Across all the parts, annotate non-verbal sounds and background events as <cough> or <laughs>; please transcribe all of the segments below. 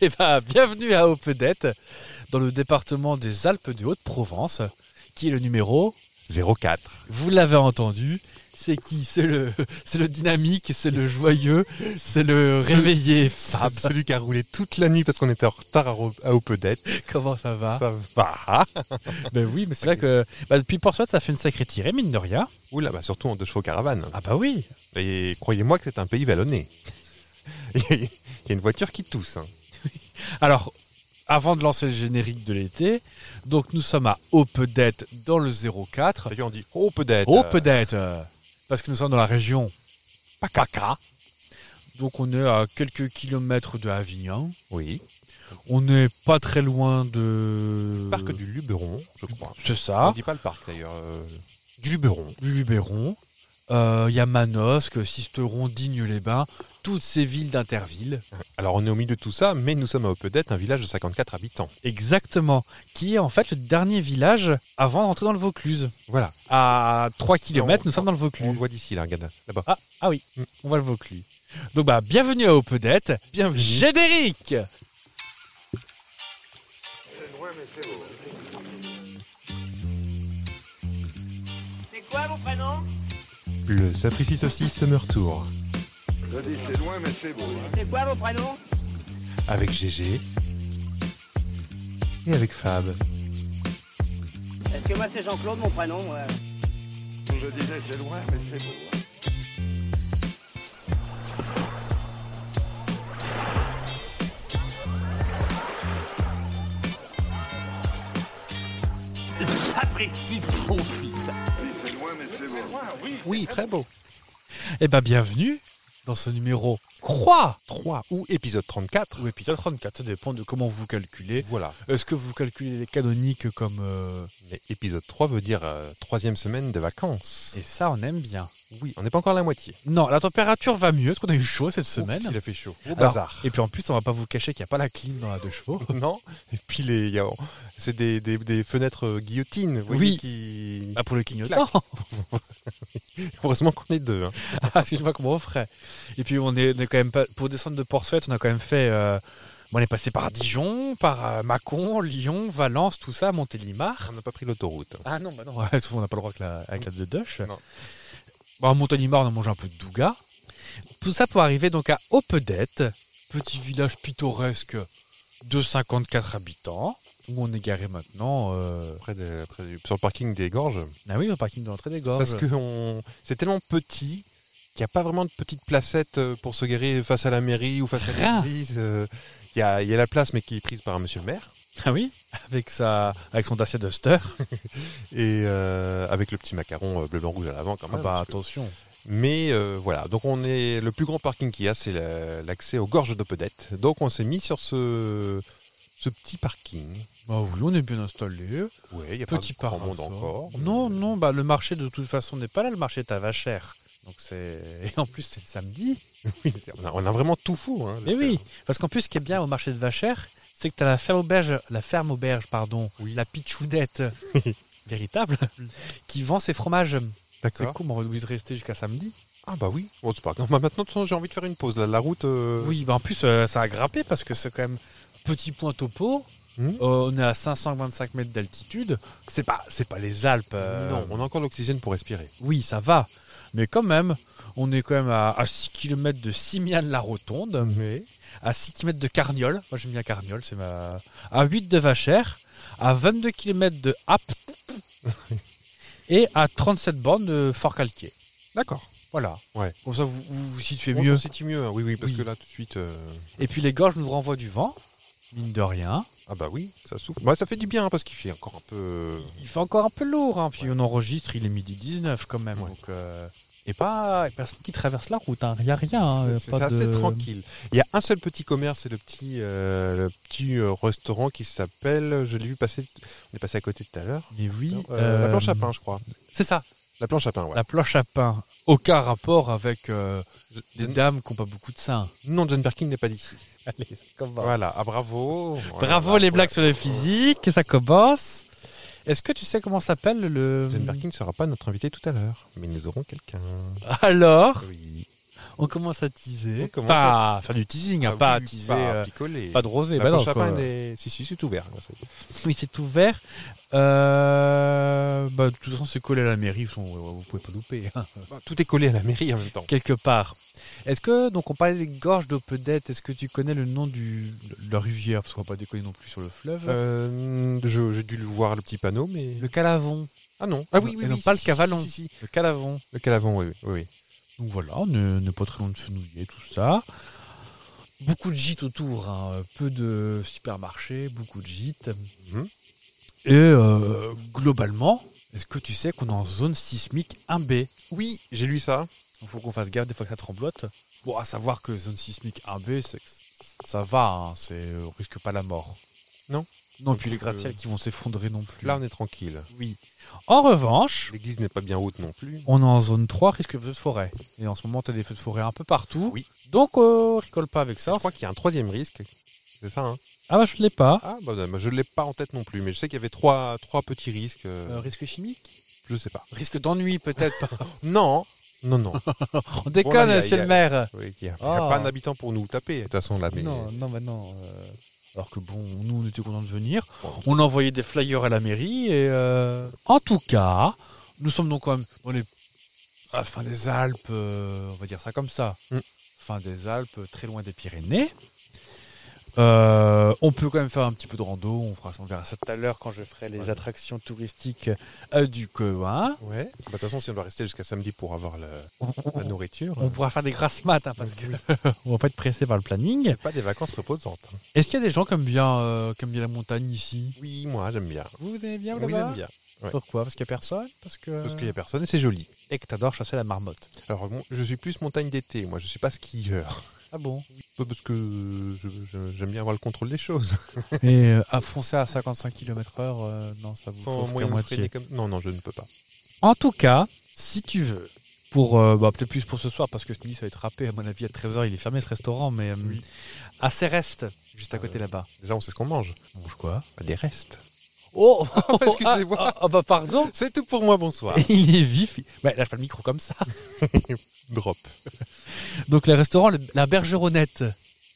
Eh ben, bienvenue à Opedette, dans le département des Alpes du Haut-de-Provence, qui est le numéro 04. Vous l'avez entendu, c'est qui C'est le, c'est le dynamique, c'est le joyeux, c'est le réveillé Ah, Fab. Ah, Celui qui a roulé toute la nuit parce qu'on était en retard à, Ro- à Opedette. Comment ça va Ça va Ben oui, mais c'est vrai que bah, depuis Portsmouth, ça fait une sacrée tirée, mine de rien. Oula, bah surtout en deux chevaux caravane. Ah bah oui. Et croyez-moi que c'est un pays vallonné. <laughs> Il y a- il y a une voiture qui tousse. hein. Alors, avant de lancer le générique de l'été, donc nous sommes à Opedette dans le 04. D'ailleurs, on dit Oh, peut-être. Oh, peut-être euh, Parce que nous sommes dans la région Paca. Donc on est à quelques kilomètres de Avignon. Oui. On n'est pas très loin de... Parc du Luberon, je crois. C'est On ça, dit pas le parc d'ailleurs. euh, Du Luberon. du Luberon. Euh, Il y a Manosque, Sisteron, Digne-les-Bains, toutes ces villes d'Interville. Alors on est au milieu de tout ça, mais nous sommes à Opedette, un village de 54 habitants. Exactement. Qui est en fait le dernier village avant d'entrer dans le Vaucluse. Voilà. À 3 km, Non, nous sommes dans le On le Vaucluse. voit d'ici, là, regarde. Là-bas. Ah, ah oui, Mm. on voit le Vaucluse. Donc bah, bienvenue à Opedette. Bienvenue. Générique C'est quoi mon prénom Le Sapristi Saucisse Summer Tour. Je dis c'est loin mais c'est beau. hein. C'est quoi mon prénom Avec GG. Et avec Fab. Est-ce que moi c'est Jean-Claude mon prénom ouais. Je disais c'est loin mais c'est beau. hein. Je dis, C'est loin mais c'est beau. Oui, très beau. Eh ben bienvenue dans ce numéro 3 3 ou épisode 34. ou épisode 34, ça dépend de comment vous calculez. Voilà. Est-ce que vous calculez les canoniques comme... euh, Mais épisode 3 veut dire euh, troisième semaine de vacances. Et ça, on aime bien. Oui, on n'est pas encore à la moitié. Non, la température va mieux, parce qu'on a eu chaud cette semaine. Ouf, il a fait chaud. Au Alors, bazar. Et puis en plus, on va pas vous cacher qu'il n'y a pas la clim dans la deux chevaux. Non Et puis, <laughs> les, il y a- c'est des, des- des fenêtres euh, guillotines. vous voyez, Oui. qui- <laughs> Ah, pour le clignotant Heureusement qu'on est deux. hein. <laughs> Ah, je sais pas comment on ferait. Et puis on est, on est quand même pas... Pour descendre de Portsmouth, on a quand même fait... euh, bon, on est passé par Dijon, par euh, Mâcon, Lyon, Valence, tout ça, Montélimar. On n'a pas pris l'autoroute. Ah non, bah non, ouais, on n'a pas le droit avec la, avec la de Dush. Non. Bon, à Montélimar, on a mangé un peu de douga. Tout ça pour arriver donc à Opedette, petit village pittoresque de 54 habitants, où on est garé maintenant. euh, Près de- près du- sur le parking des gorges. Ah oui, au parking de l'entrée des gorges. Parce que on- c'est tellement petit qu'il n'y a pas vraiment de petite placette euh, pour se guérir face à la mairie ou face à Rien. l'église. euh, Il y, a, il y a la place, mais qui est prise par monsieur le maire. Ah oui, avec, sa... avec son Dacia Duster. Et euh, avec le petit macaron euh, bleu, blanc, rouge à l'avant, quand Ah même. bah parce que- attention. Mais euh, voilà, donc on est le plus grand parking qu'il y a, c'est la- l'accès aux gorges d'Opedette. Donc on s'est mis sur ce, ce petit parking. Bah oui, on est bien installé. Ouais, il y a Petit pas de grand parasol. monde encore. Non, non, bah le marché de toute façon n'est pas là, le marché Tavachère. Donc c'est. <laughs> Et en plus, c'est le samedi. Oui, on, a, on a vraiment tout fou. Hein, Mais Eh oui, parce qu'en plus, ce qui est bien au marché de Vachère, c'est que tu as la ferme auberge, la ferme auberge, pardon, Oui. Mm. la <laughs> pitchounette véritable, qui vend ses fromages. C'est D'accord. cool, mais on va obligé de rester jusqu'à samedi. Ah bah oui, bon, c'est pas grave. Bah, maintenant, de toute façon, j'ai envie de faire une pause. La, la route. euh, Oui, bah en plus, euh, ça a grimpé parce que c'est quand même petit point topo. Hmm. Euh, on est à 525 mètres d'altitude. C'est pas, c'est pas les Alpes. euh, Non, on a encore l'oxygène pour respirer. Oui, ça va. Mais quand même, on est quand même à, à 6 km de Simiane-la-Rotonde. Mais à 6 km de Carniol, moi j'aime bien Carniol, c'est ma. à 8 de Vachère, à 22 km de Apt <laughs> et à 37 bornes de Fort Calquier. d'accord. Voilà. Ouais. Comme ça vous vous, vous situez On- mieux. on situe mieux. hein. Oui, oui, parce Oui. que là, tout de suite. euh, Et puis les gorges nous renvoient du vent, mine de rien. Ah bah oui, ça souffle. Bah, ça fait du bien hein, parce qu'il fait encore un peu. Il fait encore un peu lourd, hein. puis on enregistre, il est midi 19 quand même. Ouais. Donc, euh, Et pas et personne qui traverse la route, hein. il n'y a rien. hein, C'est c'est pas assez de- tranquille. Il y a un seul petit commerce, c'est le petit, euh, le petit euh, restaurant qui s'appelle, je l'ai vu passer, on est passé à côté tout à l'heure. Mais oui. Euh, euh, La planche à pain, je crois. C'est ça, La planche à pain, ouais. la planche à pain. Aucun rapport avec euh, des Je- dames qui n'ont pas beaucoup de seins. Non, John Perkin n'est pas d'ici. Allez, comment Voilà, ah, bravo. Voilà, Bravo voilà, les blagues voilà. sur le physique, ça commence. Est-ce que tu sais comment s'appelle le... Bah, John Perkin ne sera pas notre invité tout à l'heure, mais nous aurons quelqu'un. Alors Oui. on commence à teaser. On commence Ah pas à faire du teasing, hein, pas à oui, teaser, Pas à euh, picoler. pas de rosé. La bah non, planche à quoi. pain est- Si, si, c'est ouvert. en fait. Oui, c'est ouvert. Euh, bah, de toute façon, c'est collé à la mairie, ils sont- vous pouvez pas louper. hein, Tout est collé à la mairie en même temps. quelque part. Est-ce que, donc on parlait des gorges d'Opedette, est-ce que tu connais le nom du, de la rivière Parce qu'on va pas déconner non plus sur le fleuve. <laughs> Euh, je- J'ai dû le voir le petit panneau, mais. Le Calavon. Ah non. Ah oui, oui. Et oui, non, pas le si, si, cavalon. si, si, si. Le Calavon. Le calavon, oui, oui, oui. oui. Donc voilà, on n'est on est pas très loin de Fenouillet, tout ça. Beaucoup de gîtes autour, hein, peu de supermarchés, beaucoup de gîtes. Mhm. Et euh, globalement, est-ce que tu sais qu'on est en zone sismique 1B Oui, j'ai lu ça. Il faut qu'on fasse gaffe des fois que ça tremblote. Bon, à savoir que zone sismique 1B, c'est- ça va, hein, c'est on risque pas la mort. Non. Non, et puis les Donc, euh, gratte-ciels qui vont s'effondrer non plus. Là, on est tranquille. oui. En revanche, L'église n'est pas bien haute non plus. on est en zone 3, risque de feux de forêt. Et en ce moment, tu as des feux de forêt un peu partout. Oui. Donc, euh, rigole pas avec ça. Je crois qu'il y a un troisième risque. C'est ça, hein Ah, bah, je l'ai pas. Ah, bah, bah, je ne l'ai pas en tête non plus, mais je sais qu'il y avait trois, trois petits risques. euh, Euh, risque chimique je sais pas. Risque d'ennui, peut-être. <laughs> Non Non, <laughs> non. on déconne, Bon, là, y a- monsieur y a- le maire. Oui, il n'y a, il y a Ah. pas un habitant pour nous taper, de toute façon, là. Ah, Mais... Non, non, bah, non. euh, Alors que bon, nous on était contents de venir. On a envoyé des flyers à la mairie et euh, en tout cas, nous sommes donc quand même dans les à la fin des Alpes, euh, on va dire ça comme ça. Mm. Fin des Alpes, très loin des Pyrénées. Euh, on peut quand même faire un petit peu de rando. On fera, on verra ça tout à l'heure quand je ferai les attractions touristiques euh, du Coin. Ouais. Bah, De toute façon, si on doit rester jusqu'à samedi pour avoir le- la nourriture, On pourra faire des grasses maths hein, parce que <laughs> on va pas être pressé par le planning. c'est pas des vacances reposantes. hein. Est-ce qu'il y a des gens qui aiment bien, euh, qui aiment bien la montagne ici Oui, moi, j'aime bien. Vous aimez bien Oui, j'aime bien. Pourquoi Parce qu'il n'y a personne Parce que. Parce qu'il n'y a personne et c'est joli. Et que t'adores chasser la marmotte. Alors, bon, je suis plus montagne d'été, moi, je suis pas skieur. Ah bon Pas Parce que je- je- j'aime bien avoir le contrôle des choses. <laughs> Et euh, à foncer à 55 km/h, euh, non, ça vous Sans chauffe moyen qu'à de freiner moitié. comme. Non, non, je ne peux pas. En tout cas, si tu veux, pour euh, bah, peut-être plus pour ce soir, parce que ce midi ça va être râpé, à mon avis, à 13h, il est fermé ce restaurant, mais euh, à Céreste, juste à côté là-bas. Déjà, on sait ce qu'on mange. On mange quoi Bah, Des restes. Oh Excusez-moi. <laughs> Ah, ah, bah pardon C'est tout pour moi, bonsoir. <laughs> Il est vif. Bah, lâche pas le micro comme ça. Drop. Donc, le restaurant, le- la bergeronnette.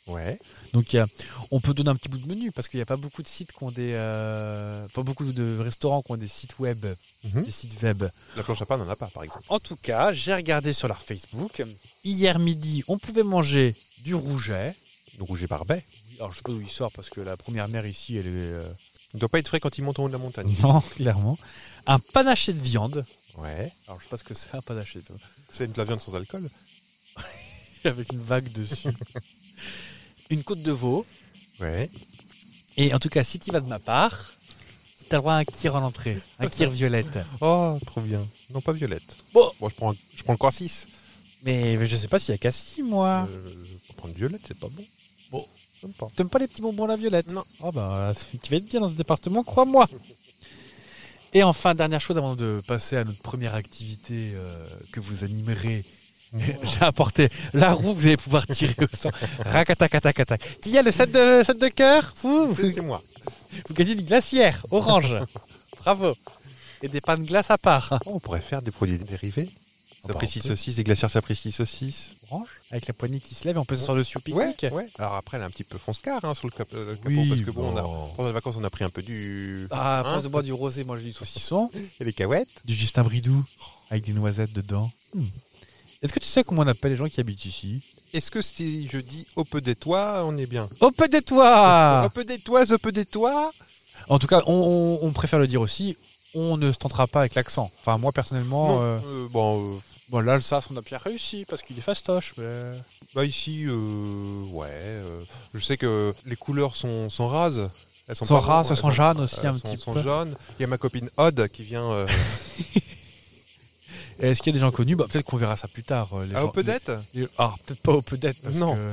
Ouais. Donc il y a- on peut donner un petit bout de menu parce qu'il n'y a pas beaucoup de sites qui ont des, euh, pas beaucoup de restaurants qui ont des sites web, Mhm. des sites web. La planche à pain n'en a pas, par exemple. En tout cas, j'ai regardé sur leur Facebook. Hier midi, on pouvait manger du rouget. Rouge et barbet. Alors je sais pas d'où il sort parce que la première mère ici, elle est euh, Il ne doit pas être frais quand il monte en haut de la montagne. <laughs> non clairement. Un panaché de viande. Ouais. Alors je sais pas ce que c'est un panaché de viande. <laughs> C'est de la viande sans alcool. avec une vague dessus. <laughs> une côte de veau. Ouais. Et en tout cas, si tu vas de ma part, t'as le droit à un kir en entrée, un kir violette. Oh, trop bien. Non, pas violette. Bon. Moi, je prends, je prends le coin 6. Mais je sais pas s'il y a Cassie, Ah. moi. Euh, je prends violette, c'est pas bon. Bon. J'aime pas. T'aimes pas les petits bonbons à la violette Non. Oh bah, tu vas être bien dans ce département, crois-moi. Et enfin, dernière chose avant de passer à notre première activité euh, que vous animerez. <laughs> J'ai apporté la roue que vous allez pouvoir tirer au sang. Racatacatacatac. Qui a le set de, set de cœur vous, vous, C'est c'est moi. vous gagnez une glacière orange. Bravo. Et des pains de glace à part. hein, Oh, on pourrait faire des produits dérivés. bah, on Saprécis peut. saucisse, des glacières saprécis saucisse. Orange. Avec la poignée qui se lève, et on peut s'asseoir dessus au pique-nique. ouais. Alors après, elle a un petit peu foncecard hein, sur le, cap- euh, le capot. Oui, parce que bon, on a- bon. pendant les vacances, on a pris un peu du. Ah, Hein prince de bois du rosé, moi j'ai du saucisson. Et les cahuètes. Du Justin Bridou, avec des noisettes dedans. Hmm. Est-ce que tu sais comment on appelle les gens qui habitent ici Oh, Est-ce que si je dis au peu des toits, on est bien Au peu des toits <laughs> Au peu des toits, au peu des toits En tout cas, on, on- on préfère le dire aussi, on ne se tentera pas avec l'accent. Enfin, moi personnellement, Non, euh, euh, bon, euh, bon, là, le sas, on a bien réussi, parce qu'il est fastoche. mais- bah ici, euh, ouais. euh, je sais que les couleurs sont, sont rases. Elles sont Sans pas rat, rondes, sans elles sont- Jeanne aussi, elles un sont- petit sont peu. jaunes. Il y a ma copine Odd qui vient. Euh, Est-ce qu'il y a des gens connus bah, Peut-être qu'on verra ça plus tard. euh, les ah, gens- au Pedette les- les- Ah, peut-être pas au Pedette, parce Non. que-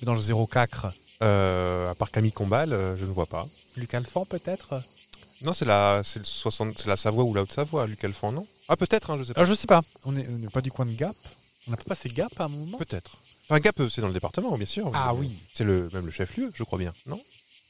mais dans le 04. Euh, À part Camille Combal, euh, je ne vois pas. Luc Alphand, peut-être Non, c'est la, c'est le 60 c'est la Savoie ou la Haute-Savoie, Luc Alphand, non Ah, peut-être, hein, je sais pas. Ah, Je sais pas. On n'est on n'est pas du coin de Gap On n'a pas passé Gap à un moment Euh, Peut-être. Enfin, Gap, euh, c'est dans le département, bien sûr. Ah Mais, oui. C'est le, même le chef-lieu, je crois bien, non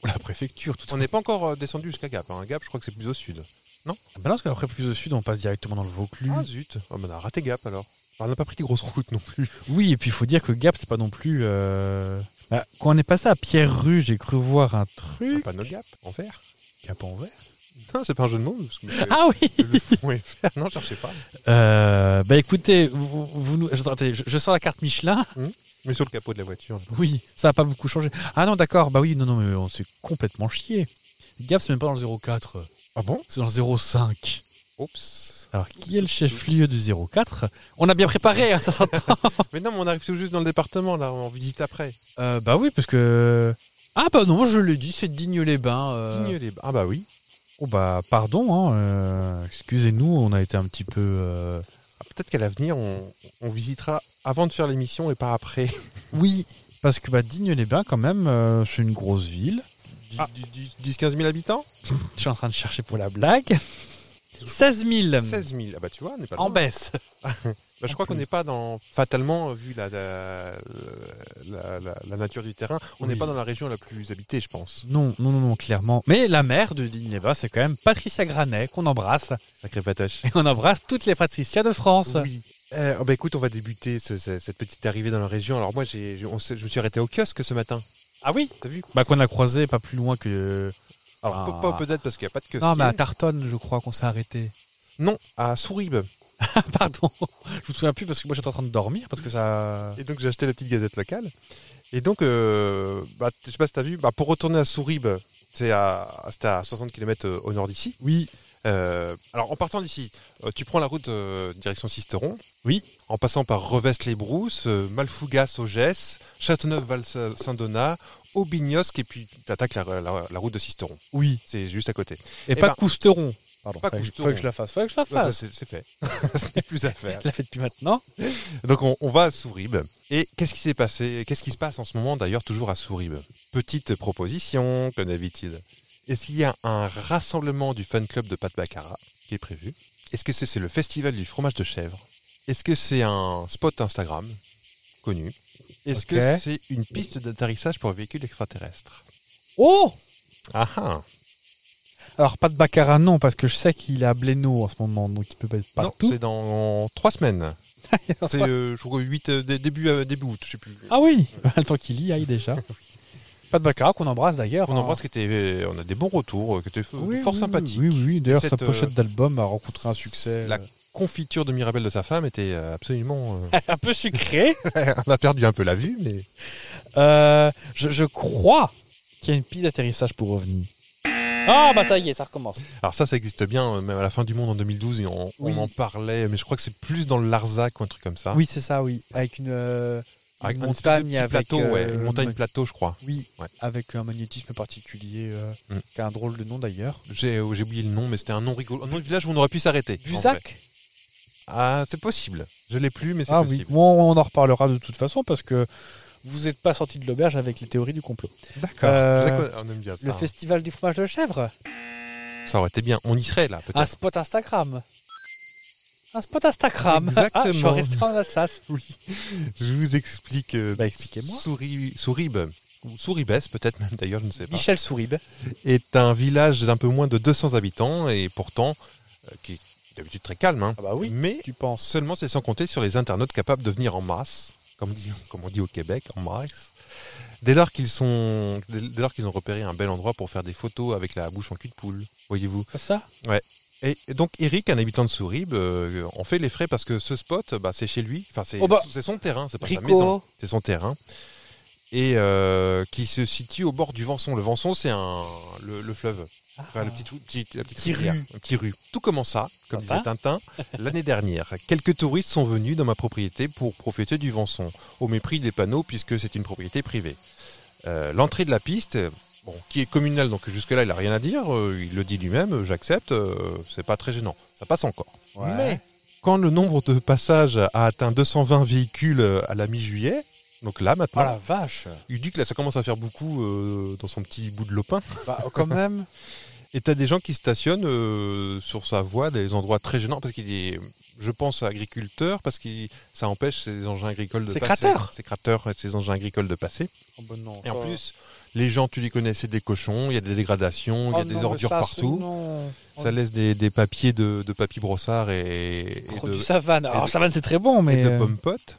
Ou la préfecture, tout On n'est pas encore euh, descendu jusqu'à Gap. hein. Gap, je crois que c'est plus au sud. Ah bah non, parce qu'après plus au sud, on passe directement dans le Vaucluse. Ah zut, Oh, mais on ben, a raté Gap alors. on n'a pas pris de grosses routes non plus. <laughs> Oui, et puis il faut dire que Gap, c'est pas non plus. euh, bah, quand on est passé à Pierre-Rue, j'ai cru voir un Un truc. panneau Gap en vert. Gap en vert Non, c'est pas un jeu de mots. parce <laughs> que- Ah oui Le fond est vert. Non, cherchez pas. <laughs> Euh, Bah écoutez, vous, vous nous- attends, attendez, je, je sors la carte Michelin. <laughs> Mais sur le capot de la voiture. Oui, ça n'a pas beaucoup changé. Ah non, d'accord, bah oui, non, non, mais on s'est complètement chié. Gap, c'est même pas dans le 04, Ah bon c'est dans le 05. Oups. Alors, qui est le chef-lieu du 04 On a bien préparé, hein, ça <laughs> s'entend. Mais non, mais on arrive tout juste dans le département, là, on visite après. Euh, bah oui, parce que. Ah bah non, je l'ai dit, c'est Digne-les-Bains. euh. Digne-les- Ah bah oui. Oh bah pardon, hein, euh, excusez-nous, on a été un petit peu. euh, Ah, Peut-être qu'à l'avenir, on, on visitera avant de faire l'émission et pas <laughs> après. Oui, parce que bah, Digne-les-Bains, quand même, euh, c'est une grosse ville. Ah. 10-15 000 habitants Je suis en train de chercher pour la blague. 16 000 16 000. Ah bah tu vois, on n'est pas en loin. baisse. Bah, je crois qu'on n'est pas dans. Fatalement, euh, vu la, la, la- la- la nature du terrain, on n'est Oui. pas dans la région la plus habitée, je pense. Non, non, non, non, clairement. Mais la mère de Digne-les-Bains, c'est quand même Patricia Granet, qu'on embrasse. Sacré patache. Et on embrasse toutes les Patricia de France. Oui. Euh, oh, bah écoute, on va débuter ce- ce- cette petite arrivée dans la région. Alors moi, j'ai, j'ai- on s'est- je me suis arrêté au kiosque ce matin. Ah oui T'as vu Bah qu'on a croisé pas plus loin que... Alors Ah. pas, pas peut-être parce qu'il n'y a pas de kiosque. Non, mais à Tartonne, je crois qu'on s'est arrêté. Non, à Souribes. <laughs> Ah, Pardon, je me souviens plus parce que moi j'étais en train de dormir parce que ça... Et donc j'ai acheté la petite gazette locale. Et donc, euh, bah, je sais pas si t'as vu, bah, pour retourner à Souribes, c'est à, c'était à 60 km au nord d'ici. Oui, Euh, alors en partant d'ici, euh, tu prends la route euh, direction Sisteron. Oui. En passant par Reveste-les-Brousses, euh, Malfougas, Augès, Châteauneuf-Val-Saint-Donat, Aubignosc, et puis tu attaques la, la- la route de Sisteron. oui. C'est juste à côté. Et, Eh pas ben- Cousteron. Pardon, Pas faut que- Cousteron. Faut que je la fasse, faut que je la Ouais, bah, fasse. c'est c'est fait. <laughs> Ce n'est plus à faire. Je la fais depuis maintenant. Donc on, on va à Souribes. Et qu'est-ce qui s'est passé Qu'est-ce qui se passe en ce moment d'ailleurs toujours à Souribes Petite proposition, comme d'habitude. Est-ce qu'il y a un rassemblement du fan club de Pat Baccarat qui est prévu Est-ce que c'est c'est le festival du fromage de chèvre Est-ce que c'est un spot Instagram connu Est-ce que Ok. c'est une piste d'atterrissage pour véhicules extraterrestres Oh Ah ah Alors pas de Baccarat, non, parce que je sais qu'il est à Blénaud en ce moment, donc il peut pas être Non, partout. c'est dans trois semaines. Dans <laughs> C'est trois- euh, je crois, 8, euh, dé- début, euh, début août, je sais plus. Ah oui, <laughs> le temps qu'il y aille déjà. Pas de Baccarat qu'on embrasse d'ailleurs. On hein. embrasse qui était, euh, on a des bons retours, qui étaient f- Oui, fort oui, sympathiques. Oui, oui, oui. d'ailleurs Cette, euh, sa pochette d'album a rencontré un succès. euh, La confiture de Mirabelle de sa femme était euh, absolument. euh, <laughs> un peu sucré. <laughs> on a perdu un peu la vue, mais. Euh, je, je crois qu'il y a une pile d'atterrissage pour revenir. Ah bah ça y est, ça recommence. Alors ça, ça existe bien, euh, même à la fin du monde en 2012, et on, on Oui. en parlait, mais je crois que c'est plus dans le Larzac ou un truc comme ça. Oui, c'est ça, oui. Avec une, euh, Ah. Avec une un espèce de montagne petit avec plateau, ouais, euh, une montagne ma- plateau, je crois. Oui, Ouais. avec un magnétisme particulier euh, Mm. qui a un drôle de nom d'ailleurs. J'ai euh, j'ai oublié le nom, mais c'était un nom rigolo. Un nom de village où on aurait pu s'arrêter. en vrai. Buzac Ah, c'est possible. Je l'ai plus, mais c'est Ah oui, possible. Bon, on en reparlera de toute façon parce que vous n'êtes pas sorti de l'auberge avec les théories du complot. D'accord. Euh, Je la connais- on aime bien ça. Le hein. festival du fromage de chèvre Ça aurait été bien. On y serait là, peut-être. Un spot Instagram. Un spot Instagram. Exactement. Ah, je suis resté en Alsace. Je vous explique. euh, Ah. Bah, expliquez-moi. Souri- Souribes, ou Souribes peut-être même d'ailleurs, je ne sais pas. Michel ben, Sourib. est un village d'un peu moins de 200 habitants et pourtant euh, qui est d'habitude très calme. hein. Ah bah oui. Mais Tu penses seulement c'est sans compter sur les internautes capables de venir en masse, comme, dit- <laughs> comme on dit au Québec, en masse. Dès lors qu'ils sont, dès dès lors qu'ils ont repéré un bel endroit pour faire des photos avec la bouche en cul de poule, voyez-vous. pas ça Et et donc Eric, un habitant de Souribes, euh, en fait les frais parce que ce spot, bah, c'est chez lui, enfin c'est Oh bah. c'est son terrain, c'est pas sa Rico. maison c'est son terrain, et euh, qui se situe au bord du Vanson. Le Vanson, c'est un le, le fleuve, Enfin, le petit, trou- petit- la petite Ah. Petit rivière, rue. un petit rue. Tout commence ça, comme Sympa. disait Tintin, l'année dernière. Quelques touristes sont venus dans ma propriété pour profiter du Vanson, au mépris des panneaux puisque c'est une propriété privée. Euh, L'entrée de la piste, bon, qui est communale, donc jusque-là il n'a rien à dire, euh, il le dit lui-même, euh, j'accepte, euh, c'est pas très gênant, ça passe encore. Ouais. Mais quand le nombre de passages a atteint 220 véhicules euh, à la mi-juillet, donc là Oh maintenant, la vache il dit que là ça commence à faire beaucoup euh, dans son petit bout de lopin. Bah quand <laughs> même Et t'as des gens qui stationnent euh, sur sa voie des endroits très gênants parce qu'il est je pense, agriculteurs, parce que ça empêche ces engins agricoles de Ces passer. cratères. Ces cratères et ces engins agricoles de passer. Oh, bah non, Et en encore. plus, les gens, tu les connais, c'est des cochons, il y a des dégradations, il y a Oh des non, mais ordures ça, partout. non. Oh, Ça laisse des, des papiers de, de papy brossard et, et Oh, de, du savane. et Alors, de- savane, c'est très bon, mais. et de euh, pommes potes.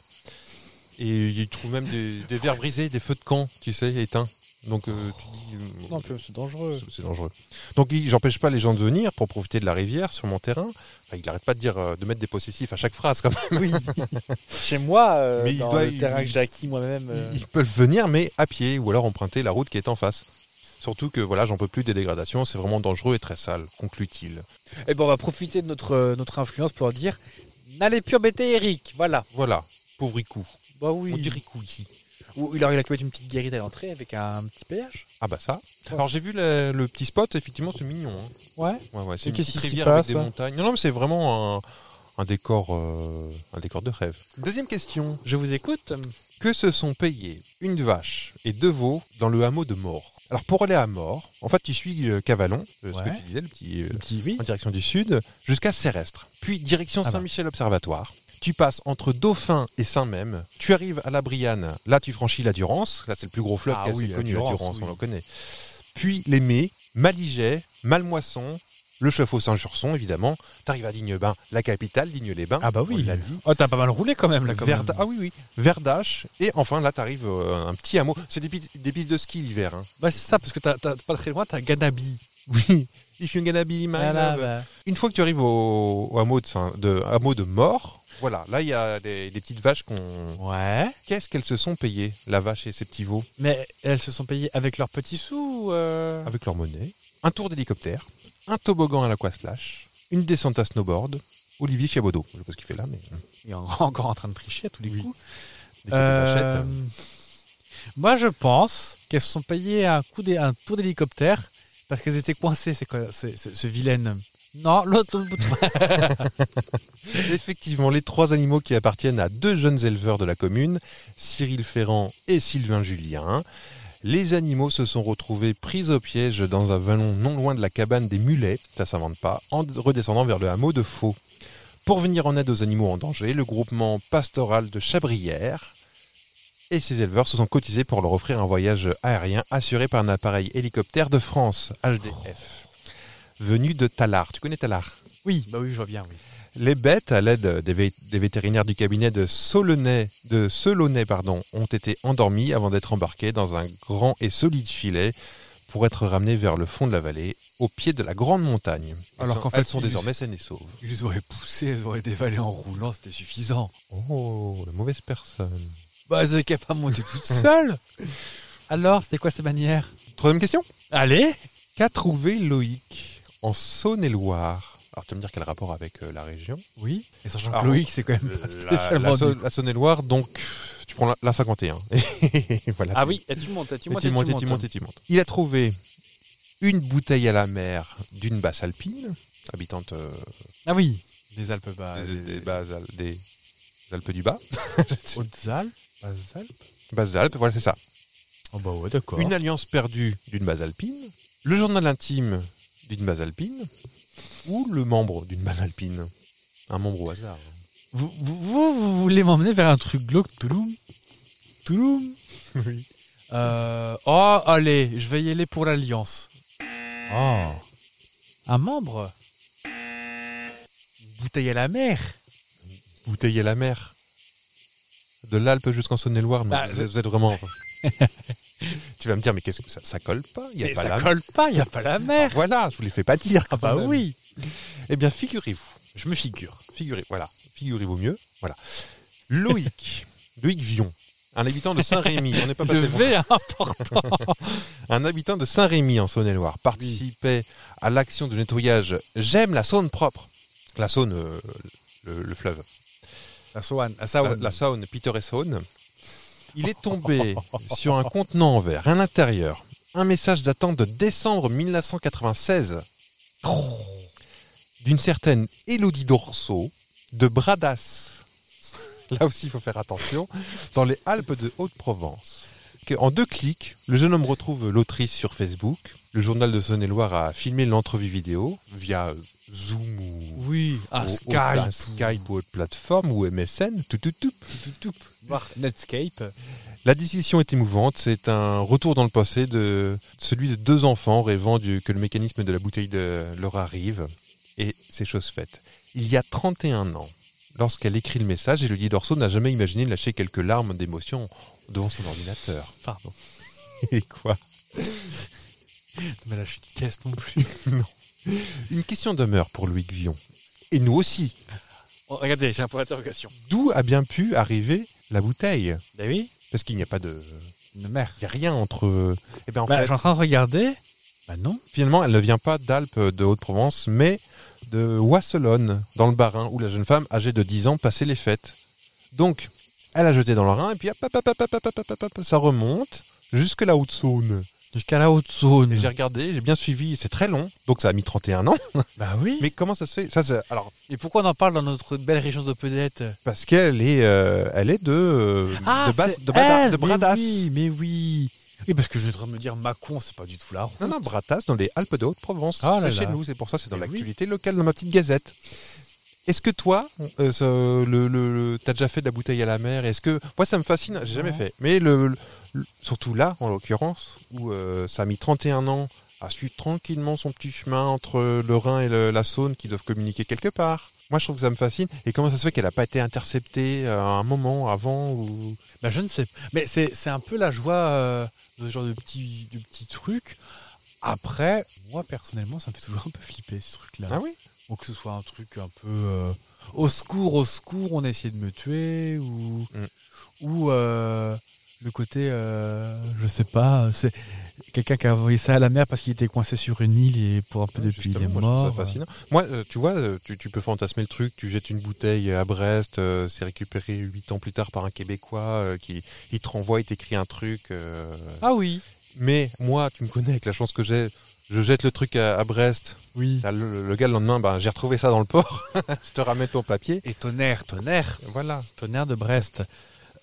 Et ils trouvent même des, des verres brisés, des feux de camp, tu sais, éteints. Donc euh, tu dis, euh, Non, c'est dangereux. c'est- c'est dangereux. Donc il- j'empêche pas les gens de venir pour profiter de la rivière sur mon terrain. Enfin, il n'arrête pas de dire euh, de mettre des possessifs à chaque phrase quand même. Oui. Chez moi, euh, Mais il dans doit- le il- terrain que j'ai acquis moi-même. euh, <laughs> Ils peuvent venir mais à pied ou alors emprunter la route qui est en face. Surtout que voilà, j'en peux plus des dégradations, c'est vraiment dangereux et très sale, conclut-il. Eh ben, on va profiter de notre, euh, notre influence pour leur dire N'allez plus embêter Eric. Voilà. Voilà, pauvre Icou. Bah On dit oui. Ricou ici. Ou il a, il a commis une petite guérite à l'entrée avec un petit péage. Ah bah ça. Alors j'ai vu le, le petit spot, effectivement c'est mignon. hein. Ouais. Ouais, ouais, c'est Et une qu'est-ce petite qui s'y rivière passe, avec des hein montagnes. Non, non, mais c'est vraiment un, un décor, euh, un décor de rêve. Deuxième question. Je vous écoute. Que se sont payés une vache et deux veaux dans le hameau de Mort Alors pour aller à Mort, en fait tu suis euh, Cavalon, euh, ce Ouais. que tu disais, le petit, euh, petit oui. en direction du sud, jusqu'à Cérestre, puis direction Ah bah. Saint-Michel Observatoire. Tu passes entre Dauphin et Saint-Même, tu arrives à la Brianne, là tu franchis la Durance, là c'est le plus gros fleuve Ah qui est assez oui, la connu, Durance, la Durance, oui. on le connaît. Puis les Mets, Maliget, Malmoisson, le Chauffaut Saint-Jurson évidemment, t'arrives à Digne-les-Bains, la capitale, Digne-les-Bains. Ah bah on oui. l'a dit. Oh, t'as pas mal roulé quand même, là, quand même. Verda- Ah oui, oui. Verdache. Et enfin, là, t'arrives euh, un petit hameau. C'est des, pi- des pistes de ski <laughs> l'hiver. Hein. Bah, c'est ça, parce que t'as t'as- pas très loin, t'as Ganabi. Oui. If you're gonna be my Voilà, love. bah. Une fois que tu arrives au, au hameau de, Saint- de, hameau de mort, voilà, là, il y a des, des petites vaches qu'on. bah. Ouais. Qu'est-ce qu'elles se sont payées, la vache et ses petits veaux, Mais elles se sont payées avec leurs petits sous ou, euh, avec leur monnaie Un tour d'hélicoptère, un toboggan à l'aquasplash, une descente à snowboard, Olivier Chiabodeau. Je sais pas ce qu'il fait là, mais. Il est encore en train de tricher à tous les Oui. coups. Des vachettes, Euh, euh, Moi, je pense qu'elles se sont payées un, coup d'hé- un tour d'hélicoptère parce qu'elles étaient coincées, c'est quoi C'est c'est- ce vilaine. Non, l'autre bout de- <laughs> Effectivement, les trois animaux qui appartiennent à deux jeunes éleveurs de la commune, Cyril Ferrand et Sylvain Julien. Les animaux se sont retrouvés pris au piège dans un vallon non loin de la cabane des mulets, ça s'invente pas, en redescendant vers le hameau de Faux. Pour venir en aide aux animaux en danger, le groupement pastoral de Chabrières et ses éleveurs se sont cotisés pour leur offrir un voyage aérien assuré par un appareil hélicoptère de France, HDF, venu de Talard. Tu connais Talard Oui, <laughs> bah oui, je vois bien, oui. les bêtes, à l'aide des, vé- des vétérinaires du cabinet de Solonais, de Solonais, pardon, ont été endormies avant d'être embarquées dans un grand et solide filet pour être ramenées vers le fond de la vallée, au pied de la grande montagne. Alors Elles qu'en sont- fait, elles sont ils- désormais saines et sauves. Ils les auraient poussées, elles auraient dévalé en roulant, c'était suffisant. Oh, la mauvaise personne. Bah, elles auraient qu'à pas monter <laughs> toutes seules. Alors, c'était quoi ces manières Troisième question. Allez Qu'a trouvé Loïc en Saône-et-Loire Alors, tu vas me dire quel rapport avec euh, la région <laughs> Oui. Ah, Et sachant que Alors, Loïc, c'est quand même. La, la Sau- la Saône-et-Loire, donc, tu prends la, la 51. <laughs> Et voilà, Ah oui, et tu montes, et tu Et montes, tu et tu montes, et montes. tu montes, et tu montes. Il a trouvé une bouteille à la mer d'une basse alpine, habitante euh, Ah oui. Des Alpes basses. des, des bases al- des Alpes du Bas. Hautes-Alpes Basses Alpes Basse Alpes, voilà, c'est ça. Oh bah ouais, d'accord. Une alliance perdue d'une base alpine, le journal intime d'une base alpine, ou le membre d'une base alpine. Un membre au hasard. Vous, vous, vous- vous voulez m'emmener vers un truc glauque, Touloum Touloum <laughs> Oui. oh, allez, je vais y aller pour l'Alliance. Oh. Un membre Une Bouteille à la mer Bouteille à la mer. De l'Alpe jusqu'en Saône-et-Loire, mais Bah, vous, êtes- vous êtes vraiment. <laughs> tu vas me dire, mais qu'est-ce que ça, ça colle pas Il y a Mais pas ça la colle pas, il n'y a pas la mer Voilà, je vous les fais pas dire. Ah bah quand même. oui Eh bien, figurez-vous, Je me figure. figurez, voilà, figurez-vous mieux, voilà. Loïc, <laughs> Loïc Vion, un habitant de Saint-Rémy, on n'est pas Je passé loin. vais hein. important Un habitant de Saint-Rémy en Saône-et-Loire participait à l'action de nettoyage J'aime la Saône propre. La Saône, euh, le, le fleuve. La Soane, la La, la Saône, Peter et Saône. Il est <laughs> tombé sur un contenant en verre à l'intérieur. Un message datant de décembre 1996 d'une certaine Élodie Dorso de <laughs> Bradas. Là aussi, il faut faire attention. Dans les Alpes de Haute-Provence. que en deux clics, le jeune homme retrouve l'autrice sur Facebook. Le journal de Saône-et-Loire a filmé l'entrevue vidéo via euh, Zoom ou Oui, ah, à ou- ou- un Skype. Skype ou autre plateforme ou MSN. Tout, tout, tout, tout, tout, tout. Voir Netscape. La discussion est émouvante. C'est un retour dans le passé de celui de deux enfants rêvant du- que le mécanisme de la bouteille de leur arrive. Et c'est chose faite. Il y a 31 ans, lorsqu'elle écrit le message, Elodie Dorso n'a jamais imaginé lâcher quelques larmes d'émotion devant son ordinateur. Pardon. <laughs> Et quoi Mais là, je caisse non plus. Une question demeure pour Louis Guillon. Et nous aussi. <laughs> Oh, regardez, j'ai un point d'interrogation. D'où a bien pu arriver la bouteille Bah oui, Parce qu'il n'y a pas de... une mère. Il n'y a rien entre... Eh ben, en Bah, fait, je suis en train de regarder. Bah non. Finalement, elle ne vient pas d'Alpes euh, de Haute-Provence, mais de Wasselonne, dans le Bas-Rhin, où la jeune femme, âgée de 10 ans, passait les fêtes. Donc, elle a jeté dans le Rhin, et puis hop, hop, hop, hop, hop, hop, hop, hop, hop, ça remonte jusque la Haute-Saône. Jusqu'à la haute zone. Et j'ai regardé, j'ai bien suivi, c'est très long, donc ça a mis 31 ans. Bah oui. Mais comment ça se fait ça, c'est- Alors, Et pourquoi on en parle dans notre belle région de Pedette parce qu'elle est, euh, elle est de, euh, de, Bas- Ah, c'est de, Bada- elle, de mais Bradas. oui, mais oui. Oui, parce que je suis en train de me dire, Macon, c'est pas du tout la route. Non, non, Bratas, dans les Alpes de Haute-Provence. Ah là c'est chez là. nous, c'est pour ça, c'est dans Eh oui. l'actualité locale, dans ma petite gazette. Est-ce que toi, euh, ça, le, le- le- t'as déjà fait de la bouteille à la mer Est-ce que moi, ça me fascine J'ai jamais Non. fait. Mais le, le- surtout là, en l'occurrence, où euh, ça a mis 31 ans à suivre tranquillement son petit chemin entre le Rhin et le- la Saône, qui doivent communiquer quelque part. Moi, je trouve que ça me fascine. Et comment ça se fait qu'elle n'a pas été interceptée euh, à un moment avant ou Bah, je ne sais pas. Mais c'est c'est un peu la joie euh, de ce genre de petits de petits trucs. Après, moi personnellement, ça me fait toujours un peu flipper ce truc-là. oui Ou que ce soit un truc un peu euh, au secours, au secours, on a essayé de me tuer ou Mm. ou euh, le côté, euh, je sais pas, c'est quelqu'un qui a envoyé ça à la mer parce qu'il était coincé sur une île et pour un peu Ouais, depuis il est Ah, justement, moi, je trouve mort. ça fascinant. Moi, euh, tu vois, euh, tu, tu peux fantasmer le truc, tu jettes une bouteille à Brest, euh, c'est récupéré huit ans plus tard par un Québécois euh, qui il te renvoie, il t'écrit un truc. euh, Ah oui, Mais moi, tu me connais avec la chance que j'ai, je jette le truc à, à Brest. oui. Là, le, le gars, le lendemain, ben, j'ai retrouvé ça dans le port, <laughs> je te ramène ton papier. Et tonnerre, tonnerre. Voilà. Tonnerre de Brest.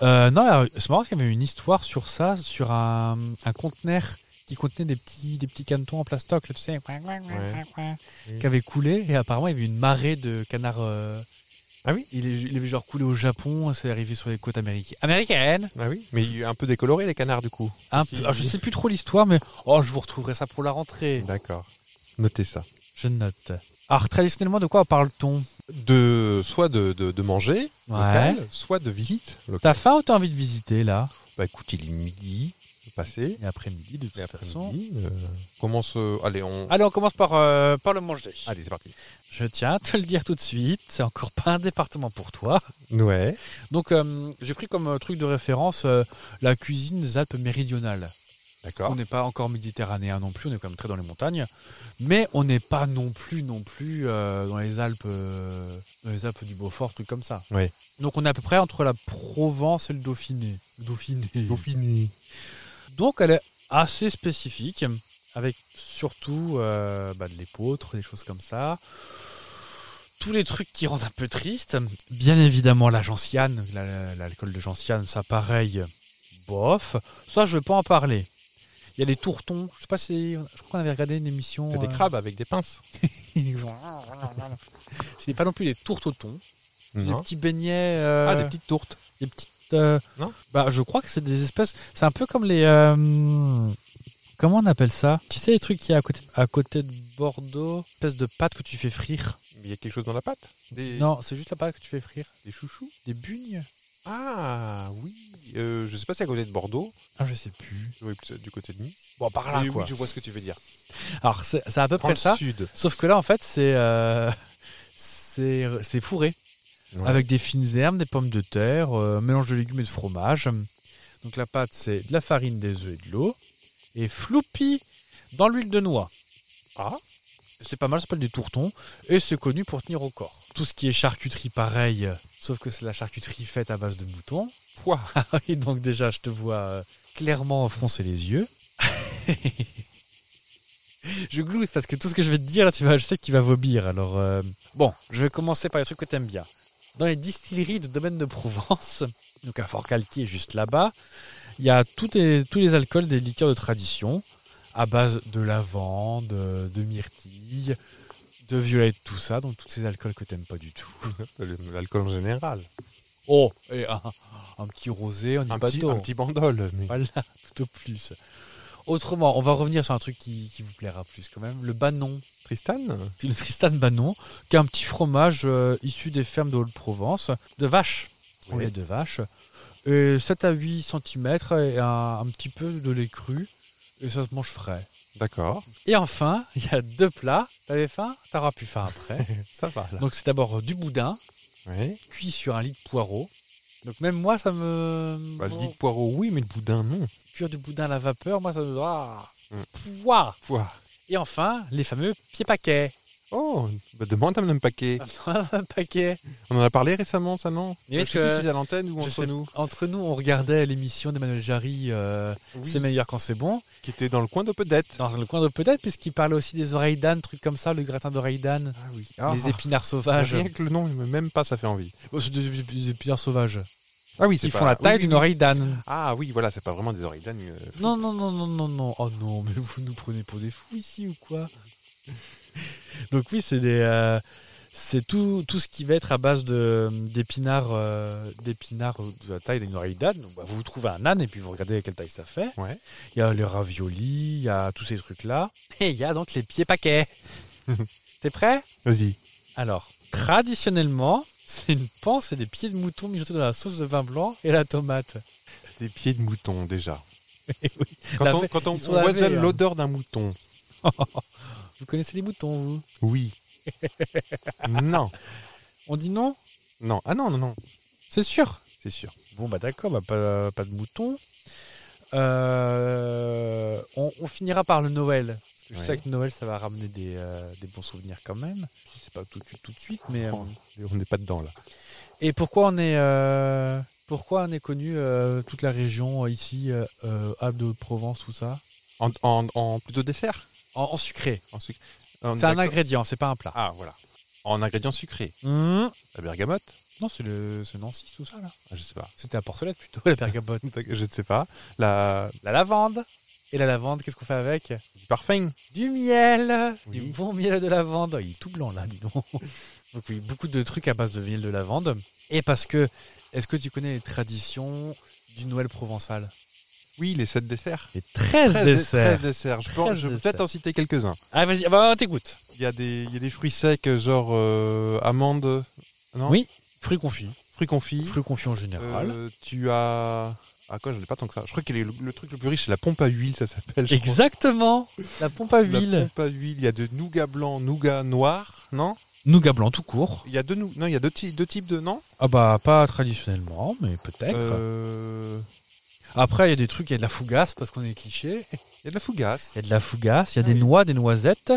Euh, non, alors, c'est marrant qu'il y avait une histoire sur ça, sur un, un conteneur qui contenait des petits, des petits canetons en plastoc, là, tu sais, qui avait coulé. Et apparemment, il y avait une marée de canards. euh, Ah oui il, est- il avait genre coulé au Japon, c'est arrivé sur les côtes américaines. Américaines Ah oui, mais il est un peu décoloré, les canards, du coup. Un peu- alors, Je sais plus trop l'histoire, mais oh, je vous retrouverai ça pour la rentrée. D'accord. Notez ça. Je note. Alors, traditionnellement, de quoi parle-t-on De, soit de, de- de manger, local, soit de visite. locale. T'as faim ou t'as envie de visiter, là Bah écoute, il est midi passé. Et après-midi, de toute façon. Midi, euh, commence. euh, allez, on. Allez, on commence par, euh, par le manger. Allez, c'est parti. Je tiens à te le dire tout de suite, c'est encore pas un département pour toi. Ouais. Donc euh, j'ai pris comme euh, truc de référence euh, la cuisine des Alpes méridionales. D'accord. On n'est pas encore méditerranéen non plus, on est quand même très dans les montagnes, mais on n'est pas non plus non plus euh, dans les Alpes, euh, dans les Alpes du Beaufort, truc comme ça. Ouais. Donc on est à peu près entre la Provence et le Dauphiné. Le Dauphiné. Dauphiné. Donc elle est assez spécifique, avec surtout euh, bah, de l'épeautre, des choses comme ça. Tous les trucs qui rendent un peu triste. Bien évidemment la gentiane, la- l'alcool de gentiane, ça pareil, bof. Ça je vais pas en parler. Il y a les tourtons, je sais pas si... Je crois qu'on avait regardé une émission... C'est des euh, crabes avec des pinces. Ce n'est pas non plus les tourtotons, c'est des Non. petits beignets... euh, Ah, des petites tourtes. des petites. euh, Non bah, je crois que c'est des espèces. C'est un peu comme les. euh, comment on appelle ça Tu sais, les trucs qu'il y a à côté, à côté de Bordeaux, espèce de pâte que tu fais frire. Il y a quelque chose dans la pâte Des, Non, c'est juste la pâte que tu fais frire. des chouchous Des bugnes Ah, oui. Euh, je sais pas si c'est à côté de Bordeaux. Ah, je sais plus. Oui, plus du côté de nous. Bon, par là, Mais quoi. Oui, je vois ce que tu veux dire. Alors, c'est c'est à peu Prends le près ça. sud. <laughs> Sauf que là, en fait, c'est. euh, c'est c'est fourré. Ouais. Avec des fines herbes, des pommes de terre, euh, mélange de légumes et de fromage. Donc, la pâte, c'est de la farine, des œufs et de l'eau. Et floupi dans l'huile de noix. Ah, C'est pas mal, ça s'appelle des tourtons et c'est connu pour tenir au corps. Tout ce qui est charcuterie, pareil, sauf que c'est la charcuterie faite à base de moutons. <laughs> poids. Ah oui, donc déjà, je te vois euh, clairement froncer les yeux. je glousse parce que tout ce que je vais te dire, là, tu vas, je sais que tu vas vomir. Alors, euh, bon, je vais commencer par les trucs que t'aimes <laughs> bien. Dans les distilleries de domaine de Provence, donc à Fort-Calquier, juste là-bas, Il y a tous les, tous les alcools des liqueurs de tradition à base de lavande, euh, de myrtille, de violette, tout ça. Donc tous ces alcools que t'aimes pas du tout. Le- L'alcool en général. Oh, et un, un petit rosé, on dit Un pas petit, tôt. un petit bandol. mais- Voilà, plutôt plus. Autrement, on va revenir sur un truc qui, qui vous plaira plus quand même, le banon. Tristan C'est le Tristan Banon, qui est un petit fromage euh, issu des fermes de Haute-Provence, de vaches, au Oui. lait de vache, et 7 à 8 cm et un, un petit peu de lait cru, et ça se mange frais. D'accord. Et enfin, <laughs> il y a deux plats. T'avais faim T'auras plus faim <laughs> après. Ça va, là. Donc c'est d'abord euh, du boudin, Oui. cuit sur un lit de poireaux. Donc même moi, ça me... Bah, le lit de poireau, oui, mais le boudin, non. Cuire du boudin à la vapeur, moi, ça me... Ah, Mm. Ouah Pouah. Et enfin, les fameux pieds paquets. <laughs> Oh, bah, demande à Mme Paquet. paquet. On en a parlé récemment, ça, non Mais Je est-ce sais que- plus si c'est à l'antenne ou Je entre sais- nous. Entre nous, on regardait l'émission d'Emmanuel Jarry, euh, C'est meilleur quand c'est bon, Qui était dans le coin de Pedette. dans le coin de peut-être, puisqu'il parlait aussi des oreilles d'âne, trucs comme ça, le gratin d'oreilles d'âne, Ah oui. les épinards sauvages. Rien que le nom, même pas, ça fait envie. Oh, c'est des, des épinards sauvages. Ah oui, Qui font la taille d'une oreille d'âne. Ah oui, voilà, c'est pas vraiment des oreilles d'âne. euh, Non, non, non, non, non, non. Oh non, mais vous nous prenez pour des fous ici ou quoi Donc oui, c'est des... euh, c'est tout, tout ce qui va être à base de- d'épinards euh, d'épinards de la taille d'une oreille d'âne. Donc, bah, vous trouvez un âne et puis vous regardez quelle taille ça fait. Ouais. Il y a les raviolis, il y a tous ces trucs-là. Et il y a donc les pieds paquets. T'es prêt Vas-y. Alors, traditionnellement, c'est une panse et des pieds de mouton mijotés dans la sauce de vin blanc et la tomate. Des pieds de mouton, déjà. <laughs> Eh Quand La on, ve- quand on- ils sont on voit lavés, déjà hein. l'odeur d'un mouton. Vous connaissez les moutons, vous <laughs> Oui. non. On dit non Non. Ah non, non, non. C'est sûr. C'est sûr. Bon, bah d'accord, bah, pas, pas de mouton. Euh, on, on finira par le Noël. Je Ouais. sais que Noël, ça va ramener des, euh, des bons souvenirs quand même. Je sais pas tout, de suite- tout de suite, mais... euh, On n'est pas dedans, là. Et pourquoi on est euh, pourquoi on est connu euh, toute la région euh, ici, euh, euh, Alpes de Provence, tout ça, En, en, en plutôt dessert en, en sucré. en sucre. En- C'est un d'accord. ingrédient, c'est pas un plat. Ah, voilà. En ingrédients sucrés. Mmh. La bergamote Non, c'est le c'est Nancy tout ça là. Ah, Je sais pas. <laughs> C'était la porcelette plutôt, <laughs> la bergamote. Je ne sais pas. La la lavande. Et la lavande, qu'est-ce qu'on fait avec du parfum. Du miel, du Oui. bon miel de lavande. Il est tout blanc là, dis donc. <laughs> Donc oui, beaucoup de trucs à base de miel de lavande. Et parce que, est-ce que tu connais les traditions du Noël provençal Oui, les 7 desserts. Les 13, 13 desserts. 13 desserts. Je, 13 pense- je vais peut-être desserts. en citer quelques-uns. Ah vas-y, ah bah, t'écoutes. Il y, a des- il y a des fruits secs, genre euh, amandes, non Oui. Fruits confits. fruits confits. Fruits confits en général. Euh, tu as. Ah quoi, je l'ai pas tant que ça. Je crois que le, le truc le plus riche, c'est la pompe à huile, ça s'appelle. je crois. Exactement. La pompe à La huile. pompe à huile. Il y a de nougat blanc, nougat noir, non Nougat blanc tout court. Il y a deux, nou- non, il y a deux, ti- deux types de non Ah bah pas traditionnellement, mais peut-être. Euh, Après il y a des trucs, il y a de la fougasse parce qu'on est cliché. Il y a de la fougasse. Il y a de la fougasse, il y a Ah des oui. noix, des noisettes,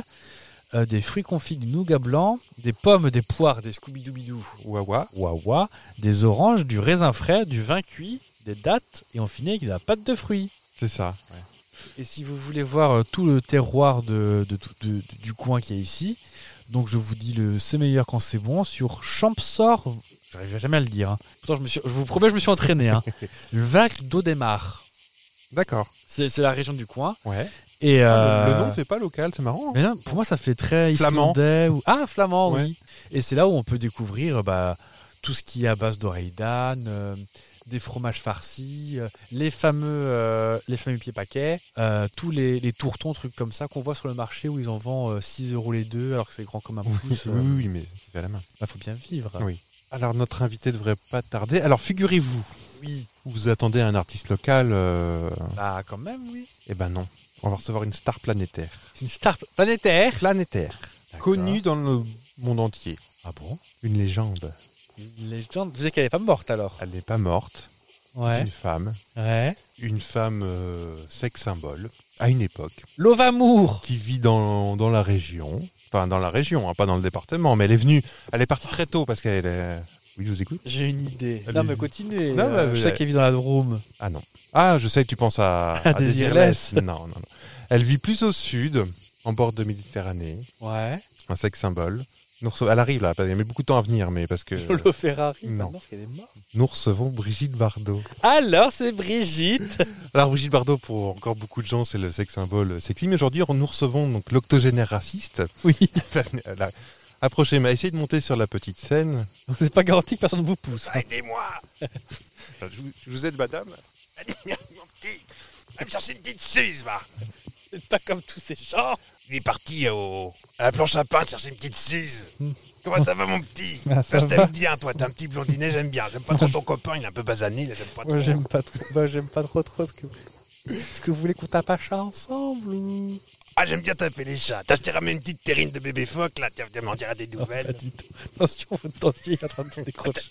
euh, des fruits confits, du nougat blanc, des pommes, des poires, des scooby-doo-bidou, Ouawa. wawa, des oranges, du raisin frais, du vin cuit, des dattes et on finit avec de la pâte de fruits. C'est ça. ouais. Et si vous voulez voir euh, tout le terroir de, de- de- de- du coin qui est ici, donc je vous dis le c'est meilleur quand c'est bon sur Champsor. J'arrive jamais à le dire. hein. Pourtant, je, me suis- je vous promets, je me suis entraîné. <laughs> Hein. le Vac d'Audemars. D'accord. C'est c'est la région du coin. Ouais. Et Ah, Le, le euh, nom fait pas local, c'est marrant. hein. mais non, pour moi, ça fait très Flamand. islandais. Ou... Ah, flamand, Ouais. oui. Et c'est là où on peut découvrir euh, bah, tout ce qui est à base d'oreilles d'âne, euh, des fromages farcis, euh, les fameux, euh, les fameux pieds paquets, euh, tous les, les tourtons, trucs comme ça qu'on voit sur le marché où ils en vendent euh, 6 euros les deux alors que Ah c'est grand comme un pouce. Il Oui, oui, oui, mais c'est fait à la main. faut bien vivre. Oui. Alors notre invité devrait pas tarder. Alors figurez-vous, Oui. vous attendez un artiste local euh, Ah, quand même, oui. Eh ben non. On va recevoir une star planétaire. Une star planétaire. planétaire, connue dans le monde entier. Ah bon Une légende. Une légende. Vous savez qu'elle n'est pas morte alors Elle n'est pas morte, c'est Ouais. une femme. Ouais. Une femme euh, sexe symbole, à une époque, Lovamour qui vit dans, dans la région. Enfin, dans la région, hein, pas dans le département, mais elle est venue. Elle est partie très tôt parce qu'elle est. Oui, je vous écoute J'ai une idée. Allez. Non, mais continuez. Non, euh, mais- Je sais qu'elle vit dans la Drôme. Ah non. Ah, je sais que tu penses à, à Désirless. Non, non, non. Elle vit plus au sud, en bord de Méditerranée, Ouais. un sexe symbole. Nous rece- Elle arrive là, elle met beaucoup de temps à venir, mais <laughs> parce que Euh, Lolo Ferrari. Non. parce qu'elle est morte. nous recevons Brigitte Bardot. Alors, <laughs> c'est Brigitte. Alors Brigitte Bardot, pour encore beaucoup de gens, c'est le sex symbole sexy. Mais aujourd'hui, nous recevons donc l'octogénaire raciste. <laughs> Oui. Elle a- Approchez, mais essayez de monter sur la petite scène. C'est pas garanti que personne ne vous pousse. hein. Aidez-moi Je vous- je vous aide, madame Allez, mon petit Va me chercher une petite Suze, va C'est pas comme tous ces gens. Il est parti euh, au... à la planche à pain chercher une petite Suze. Comment ça va, mon petit Hmm. Ah, ça Je va. t'aime bien, toi, t'es un petit blondinet, j'aime bien. J'aime pas trop ton copain, il est un peu basané, là, j'aime pas trop. Moi, j'aime pas trop. Moi, j'aime pas trop trop ce que. Est-ce que vous voulez qu'on tape un chat ensemble ou Ah, j'aime bien taper les chats. T'as acheté ramené une petite terrine de bébé phoque, là, tiens, viens m'en dire des Pas <laughs> nouvelles. du tout. Attention, votre dentier est en train de se décrocher.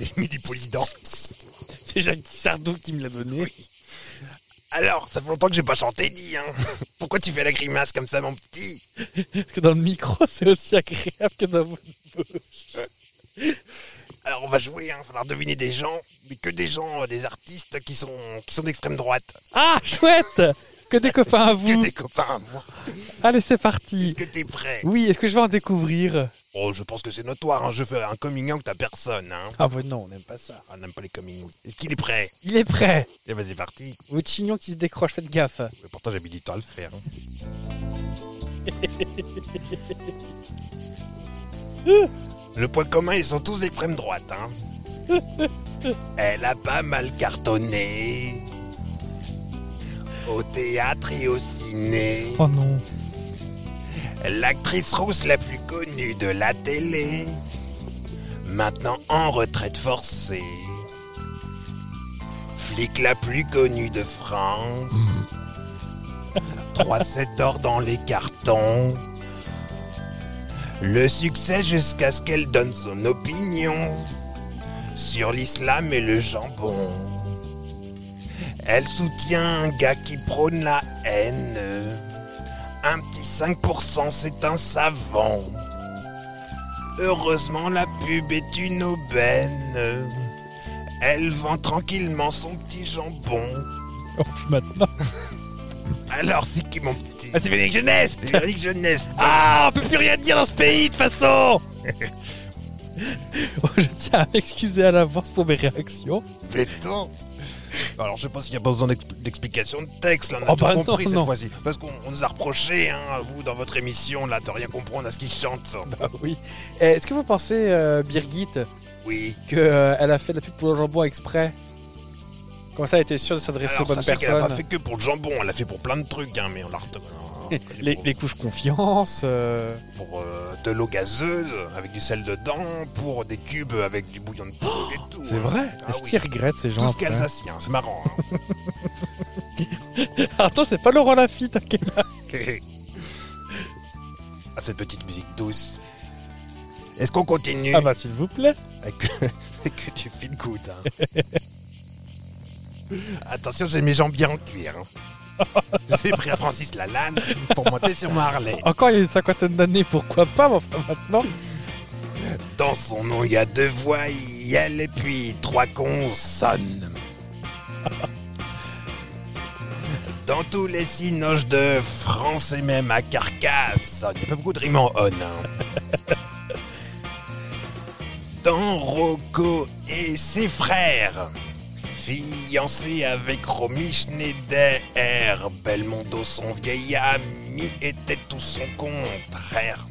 J'ai mis du polydent. C'est Jacques Sardou qui me l'a donné. Alors, ça fait longtemps que j'ai pas chanté, dis, hein. <laughs> Pourquoi tu fais la grimace comme ça, mon petit Parce que dans le micro, <laughs> c'est aussi agréable que dans votre Alors on va jouer, hein, falloir deviner des gens, mais que des gens, euh, des artistes qui sont, qui sont d'extrême droite. <laughs> Ah, chouette Que des copains à Que vous des copains à moi. Allez, c'est Est-ce parti que t'es prêt Oui, est-ce que je vais en découvrir Mmh. Oh, je pense que c'est notoire, hein, je fais un coming out à personne. Hein. Ah, bah non, on n'aime pas ça. On n'aime pas les coming out. Est-ce qu'il est prêt Il est prêt Eh ben c'est parti. Votre chignon qui se décroche, faites gaffe. Mais pourtant j'avais du temps à le faire. hein. le point commun, ils sont tous d'extrême droite. Hein. Elle a pas mal cartonné. Au théâtre et au ciné. Oh non. L'actrice rousse la plus connue de la télé, maintenant en retraite forcée. Flic la plus connue de France. 3-7 d'or dans les cartons. Le succès jusqu'à ce qu'elle donne son opinion sur l'islam et le jambon. Elle soutient un gars qui prône la haine. Un petit 5%, c'est un savant. Heureusement, la pub est une aubaine. Elle vend tranquillement son petit jambon. Oh, maintenant. <laughs> Alors, c'est qui mon petit Ah, c'est Véronique Jeunesse C'est Véronique Jeunesse. <laughs> Ah, on peut plus rien dire dans ce pays, de toute façon Oh, Je tiens à m'excuser à l'avance pour mes réactions. Pétant. Alors, je pense qu'il n'y a pas besoin d'ex- d'explication de texte, là, on a Oh, tout bah non, compris cette non. fois-ci. Parce qu'on on nous a reproché, hein, à vous, dans votre émission, là, de rien comprendre à ce qu'ils chantent. ça. <laughs> Bah oui. Eh, Est-ce que vous pensez, euh, Birgit, Oui. qu'elle a fait de la pub pour le jambon exprès Comme ça, elle était sûre de s'adresser aux Alors, bonnes sachez qu'elle a pas personnes. <laughs> fait que pour le jambon, elle a fait pour plein de trucs, hein, mais on l'a retenue. Les, les couches confiance. euh, pour euh, de l'eau gazeuse avec du sel dedans, pour des cubes avec du bouillon de poule et tout. c'est hein. vrai Ah Est-ce oui. qu'ils regrettent ces gens Tout ce après qu'alsacien, c'est marrant. hein. Attends, c'est pas Laurent Lafitte, ok. ah, cette petite musique douce. Est-ce qu'on continue Ah bah s'il vous plaît. avec, que tu feel good hein. <laughs> Attention, j'ai mes jambes bien en cuir. hein. J'ai pris à Francis Lalanne pour monter sur ma Harley. Encore il y a une cinquantaine d'années, pourquoi pas, mais enfin maintenant. Dans son nom, il y a deux voyelles et puis trois consonnes. <laughs> Dans tous les cinoches de France et même à Carcassonne. Il n'y a pas beaucoup de rimes en on. hein. <laughs> Dans Rocco et ses frères. Fiancé avec Romy Schneider, Belmondo, son vieil ami, était tout son contraire.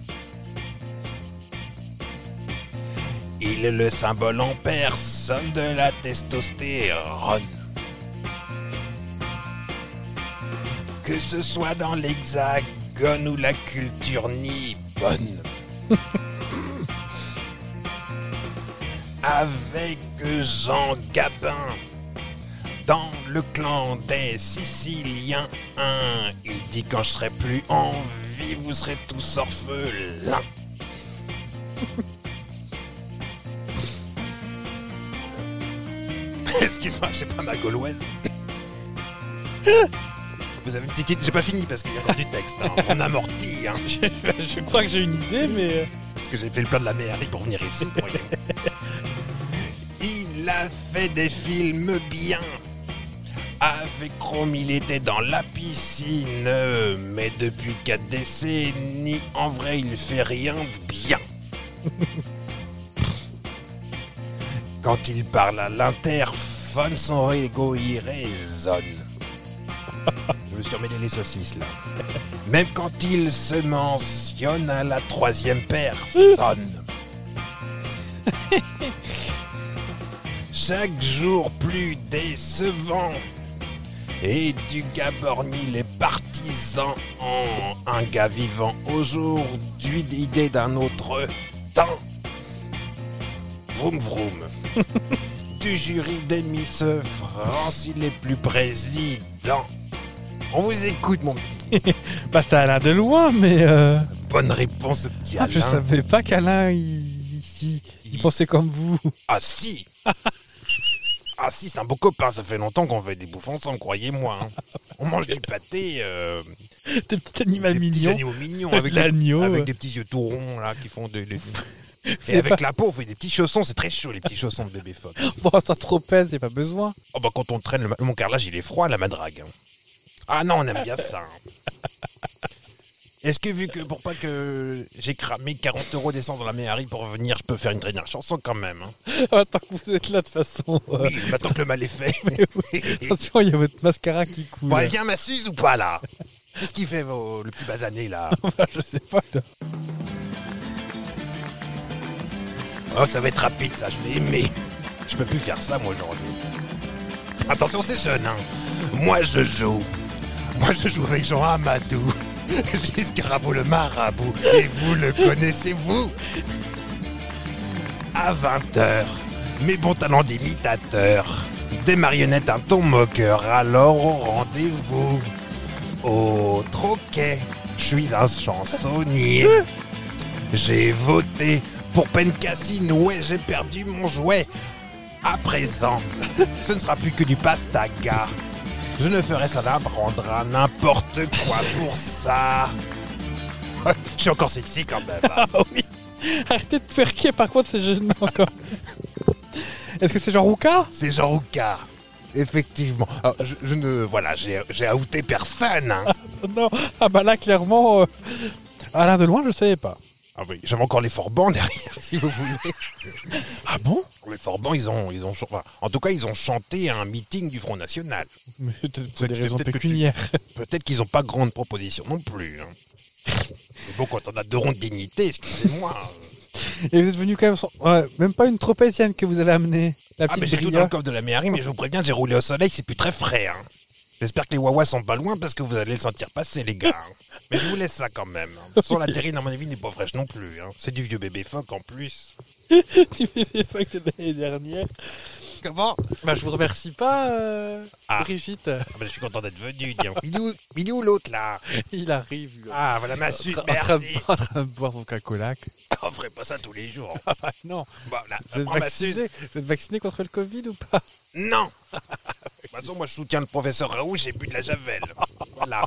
Il est le symbole en personne de la testostérone. Que ce soit dans l'hexagone ou la culture nippone. Avec Jean Gabin, dans le clan des Siciliens, il dit quand je serai plus en vie, vous serez tous orphelins. <laughs> Excuse-moi, j'ai pas ma gauloise. Vous avez une petite idée J'ai pas fini parce qu'il y a encore du texte. hein. On amortit, hein, Je crois que j'ai une idée, euh, mais. parce que j'ai fait le plein de la mer pour venir ici. <laughs> croyez-moi. Il a fait des films bien. Avec Rome, il était dans la piscine. euh, Mais depuis 4 décennies, en vrai, il fait rien de <laughs> bien. Quand il parle à l'interphone, son ego y résonne. Je me suis remis les saucisses là. Même quand il se mentionne à la troisième personne. Chaque jour plus décevant. Et du gars borni les partisans en un gars vivant aujourd'hui l'idée d'un autre temps. Vroom vroom. du jury des Miss France, il est plus président. On vous écoute mon petit. Bah ça a l'air de loin, mais euh, Bonne réponse petit ah, Alain. je savais pas qu'Alain il, il- il pensait comme vous. <laughs> Ah si <laughs> Ah si, c'est un beau copain, ça fait longtemps qu'on fait des bouffons ensemble, croyez-moi. hein. On mange du pâté, euh, T'es petit animal des petits mignon. animaux mignons, avec, des, L'agneau. euh. avec des petits yeux tout ronds, là, qui font des... des- <laughs> C'est Et avec la peau, on fait des petits chaussons, c'est très chaud, les petits chaussons de bébé phoque. Bon, ça trop pèse, y a pas besoin. Oh bah quand on traîne, le ma- mon carrelage, il est froid, la madrague. hein. Ah non, on aime bien ça. hein. Est-ce que vu que pour pas que j'ai cramé 40 euros d'essence dans la méhari pour venir, je peux faire une dernière chanson quand même hein. <laughs> Attends que vous êtes là de toute façon. euh, Oui, maintenant que le mal est fait. Attention, il y a votre mascara qui coule. Bon, elle vient ma Suze ou pas là Qu'est-ce qu'il fait vos- le petit basané là <laughs> je sais pas. là. Oh, ça va être rapide ça, je vais aimer. Je peux plus faire ça moi aujourd'hui. Attention, c'est jeune hein. Moi je joue. Moi je joue avec Jean Amadou. <laughs> Giscarabou le marabout. Et vous le connaissez vous À 20h, mes bons talents d'imitateur. Des marionnettes, un ton moqueur. Alors au rendez-vous. Au troquet, je suis un chansonnier. J'ai voté pour Pen Cassine, ouais, j'ai perdu mon jouet. À présent, <laughs> ce ne sera plus que du pastaga. Je ne ferai ça d'apprendre à n'importe quoi pour ça. <laughs> Je suis encore sexy quand même. hein. <laughs> <laughs> Ah oui Arrêtez de perquer, par contre, c'est gênant encore. <laughs> Est-ce que c'est Jean Roucard C'est Jean Roucard. Effectivement. Ah, je, je ne. Voilà, j'ai j'ai outé personne. hein. Non. Ah bah là, clairement. euh, Alain de loin, je savais pas. Ah oui, j'avais encore les forbans derrière, si vous voulez. Ah bon Les forbans, ils ont. Ils ont chan- enfin, en tout cas, ils ont chanté à un meeting du Front National. Mais peut-être pour Peut-être- des raisons peut-être que tu- pécuniaires. Peut-être qu'ils n'ont pas grande proposition non plus. hein. Mais bon, quand on a deux ronds de dignité, excusez-moi. Ah, Et vous êtes venu quand même sans- ouais, même pas une tropézienne que vous avez amenée. La Ah, mais petite j'ai tout dans le brioche. coffre de la méhari, mais je vous préviens, j'ai roulé au soleil, c'est plus très frais. hein. J'espère que les Wawa sont pas loin parce que vous allez le sentir passer, les gars. hein. Mais je vous laisse ça quand même. hein. Sans la terrine, à mon avis, n'est pas fraîche non plus. hein. C'est du vieux bébé phoque en plus. <laughs> Tu fais pas que de l'année dernière. Comment Bah je vous remercie pas, euh, Ah. Brigitte. <laughs> ah, ben, Je suis content d'être venu. dis donc. Il est où, il est où l'autre là Il arrive. lui. Ah, voilà ma en, suite, train de, merci. <laughs> en train de boire son cacolac. On ferait pas ça tous les <laughs> jours. Ah non, Voilà, vous êtes, prends ma suze. vacciné, vous êtes vacciné contre le Covid ou pas <laughs> Non De toute façon, moi je soutiens le professeur Raoult, j'ai bu de la javel. Voilà.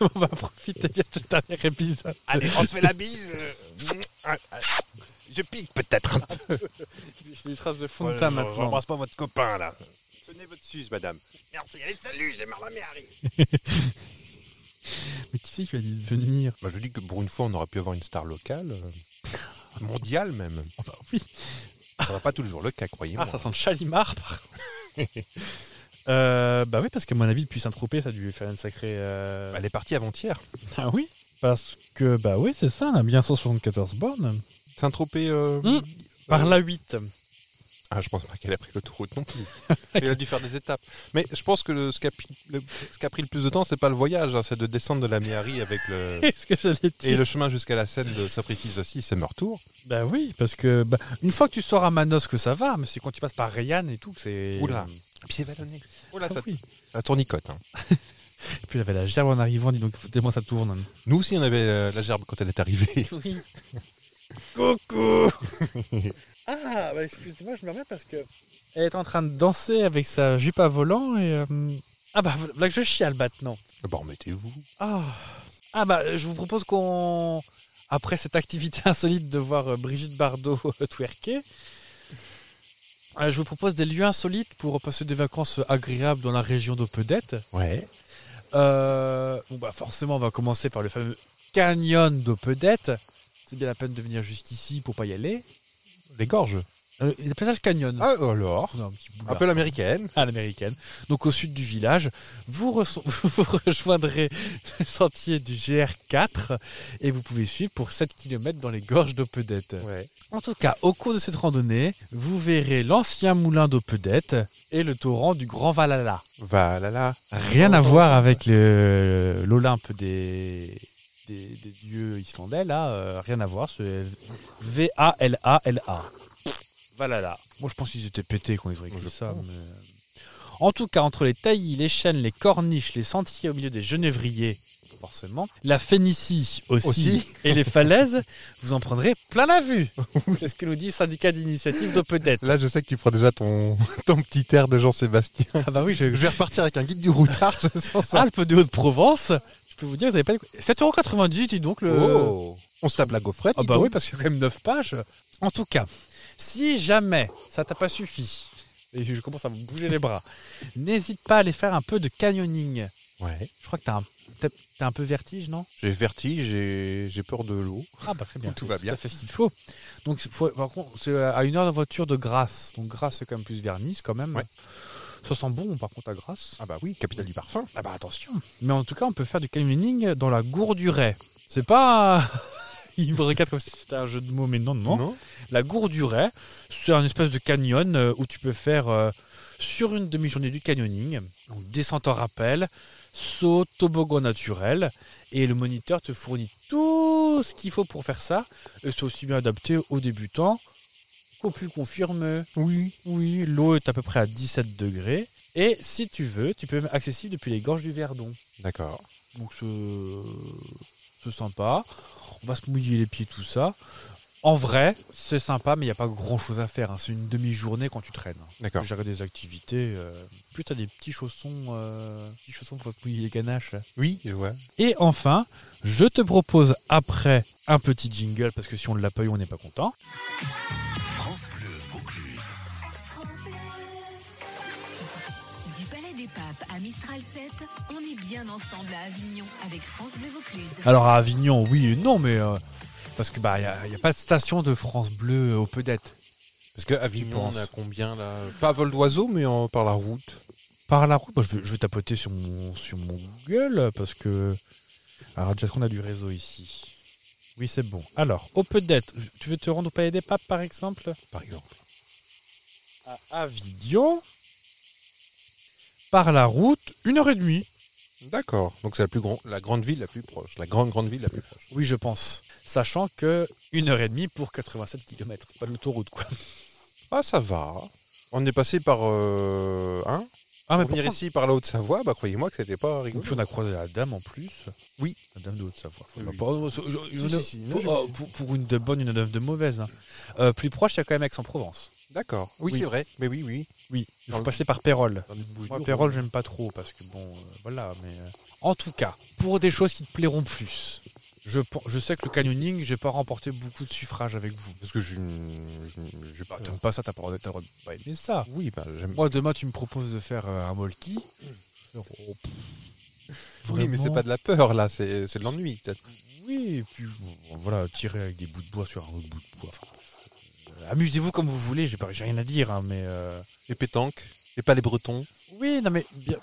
On va profiter bien de ce dernier épisode. Allez, on se fait la bise. euh, Je pique peut-être un peu. Je lui trace de fond de Voilà, teint je- maintenant. J'embrasse pas votre copain là. Tenez votre suze, madame. Merci, allez, salut, j'ai marre la Harry. Mais qui c'est qui va dit de venir Bah, je dis que pour une fois, on aurait pu avoir une star locale, euh, mondiale même. oui. Ça sera pas toujours le cas, croyez-moi. Ah, ça sent le chalimard par contre. <laughs> Euh, bah oui, parce que à mon avis, depuis Saint-Tropez, ça a dû faire une sacrée. euh, Elle est partie avant-hier. Ah oui Parce que, bah oui, c'est ça, on a bien 174 bornes. Saint-Tropez. euh, Hmm. Par la <laughs> 8. Ah, je pense pas qu'elle a pris l'autoroute <laughs> non plus. Elle a dû faire des étapes. Mais je pense que le- ce qui a, pi- le- ce qui a pris le plus de temps, c'est pas le voyage, hein, c'est de descendre de la Méhari avec <laughs> le. Qu'est-ce que j'allais dire Et le chemin jusqu'à la scène de Saprifice aussi, c'est Meurtour. Bah oui, parce que bah, une fois que tu sors à Manos que ça va, mais c'est quand tu passes par Rayanne et tout que c'est. Oula. Puis c'est vallonné. Oh là, Ah ça oui. la tournicote. hein. Et puis il avait la gerbe en arrivant, dis donc tellement ça tourne. Nous aussi, on avait euh, la gerbe quand elle est arrivée. <laughs> Oui. <laughs> Coucou <laughs> Ah, bah excusez-moi, je me remets parce que. Elle est en train de danser avec sa jupe à volant et. euh, Ah bah voilà que je chiale maintenant. Bon, remettez-vous. Ah. Ah bah je vous propose qu'on. <laughs> Après cette activité insolite de voir euh, Brigitte Bardot euh, twerker, Euh, je vous propose des lieux insolites pour passer des vacances agréables dans la région d'Opedette. Ouais. Euh, bon, bah forcément, on va commencer par le fameux canyon d'Opedette. C'est bien la peine de venir jusqu'ici pour pas y aller. Les gorges. Euh, ils appellent ça le canyon. Ah, alors. Non, un petit boulevard. Un peu l'américaine. à l'américaine. Donc au sud du village, vous, reço- <laughs> vous rejoindrez le sentier du GR4 et vous pouvez suivre pour 7 km dans les gorges d'Opedette. Ouais. En tout cas, au cours de cette randonnée, vous verrez l'ancien moulin d'Opedette et le torrent du Grand Valhalla. Valhalla. Rien à voir avec le- l'Olympe des, des, des dieux islandais, là, euh, rien à voir, c'est V-A-L-A-L-A. Valhalla. Moi je pense qu'ils étaient pétés quand ils ont écrit Je ça. pense. mais- euh, En tout cas, entre les taillis, les chênes, les corniches, les sentiers au milieu des genévriers, forcément, la Phénicie aussi, Aussi. et les falaises, <laughs> vous en prendrez plein la <laughs> vue. C'est ce que nous dit le syndicat d'initiative de peut-être. Là, je sais que tu prends déjà <laughs> ton, ton petit air de Jean-Sébastien. Ah bah oui, Je vais repartir avec un guide du routard, je sens ça. Alpes de Haute-Provence, je peux vous dire, vous n'avez pas... 7,90€, dis donc le... Oh. On se tape la gaufrette. Ah dis bah donc. oui, parce qu'il y a quand même 9 pages. En tout cas, si jamais ça t'a pas suffi, et je commence à me bouger les <laughs> bras, n'hésite pas à aller faire un peu de canyoning. Ouais. Je crois que t'as un, t'as- t'as un peu vertige, non J'ai vertige, et j'ai peur de l'eau. Ah bah très bien. Tout va Ça bien. fait ce qu'il faut. Donc, faut- par contre, c'est à une heure de voiture de Grasse. Donc, Grasse, c'est quand même plus vernis, quand même. Ouais. Ça sent bon, par contre, à Grasse. Ah bah oui, capitale du parfum. Ah bah attention. Mais en tout cas, on peut faire du canyoning dans la Gourduraie. C'est pas. <laughs> Il me regarde comme si c'était un jeu de mots, mais non, non. La Gourduraie, c'est un espèce de canyon euh, où tu peux faire euh, sur une demi-journée du canyoning, donc descente en rappel, saut, toboggan naturel, et le moniteur te fournit tout ce qu'il faut pour faire ça. Et c'est aussi bien adapté aux débutants qu'aux plus confirmés. Oui. Oui, l'eau est à peu près à 17 degrés. Et si tu veux, tu peux même accessible depuis les gorges du Verdon. D'accord. Donc ce- c'est sympa. On va se mouiller les pieds, tout ça. En vrai, c'est sympa, mais il n'y a pas grand chose à faire. hein. C'est une demi-journée quand tu traînes. D'accord. J'aurais des activités. euh, Plus t'as des petits chaussons, euh, petits chaussons pour te mouiller les ganaches. Oui, je vois. Et enfin, je te propose après un petit jingle, parce que si on ne l'a pas eu, on n'est pas content. Du Palais des Papes à Mistral 7, on est bien ensemble à Avignon avec France Bleu Vaucluse. Alors à Avignon, oui et non, mais euh, parce que bah il n'y a, pas de station de France Bleu au Pedette. Parce que Avignon, penses on a combien là Pas à vol d'oiseau, mais en- par la route. Par la route, moi, je, vais, je vais tapoter sur mon sur mon Google parce que alors déjà qu'on a du réseau ici. Oui, c'est bon. Alors, au Pedette, tu veux te rendre au Palais des Papes par exemple Par exemple. À Avignon, par la route, une heure et demie. D'accord. Donc c'est la plus grand- la grande ville la plus proche. La grande, grande ville la plus proche. Oui, je pense. Sachant que une heure et demie pour 87 km, pas de l'autoroute quoi. Ah, ça va. On est passé par. Euh, hein Ah Pour venir ici par la Haute-Savoie, bah croyez-moi que c'était pas Et rigolo. puis on a croisé la dame en plus. Oui. La dame de Haute-Savoie. Oui, oui. Bah, je- je- je- Si, je- si, si, pour, non, oh, je- pour- pour une de bonne, une de mauvaise. hein. Euh, plus proche, il y a quand même Aix-en-Provence. D'accord. Oui, Oui. c'est vrai. Mais oui, oui. Oui. Il Dans faut le- passer par Pérol. Dans les Bouches Moi, du Pérol, Rhône. j'aime pas trop parce que bon, euh, voilà. Mais euh, en tout cas, pour des choses qui te plairont plus, je, pen- je sais que le canyoning, j'ai pas remporté beaucoup de suffrages avec vous. Parce que je. je- je- Bah, t'aimes pas ça, t'as pas le droit d'être- t'as le droit de pas aimer ça. Oui, bah j'aime. Moi, demain, tu me proposes de faire euh, un molki. Oh, pff. Oui, mais c'est Vraiment pas de la peur là, c'est c'est de l'ennui. peut-être. Oui, et puis bon, voilà, tirer avec des bouts de bois sur un autre bout de bois. enfin, euh, Amusez-vous comme vous voulez, j'ai pas- j'ai rien à dire, hein, mais. euh, Les pétanques, et pas les bretons. Oui, non mais. bien-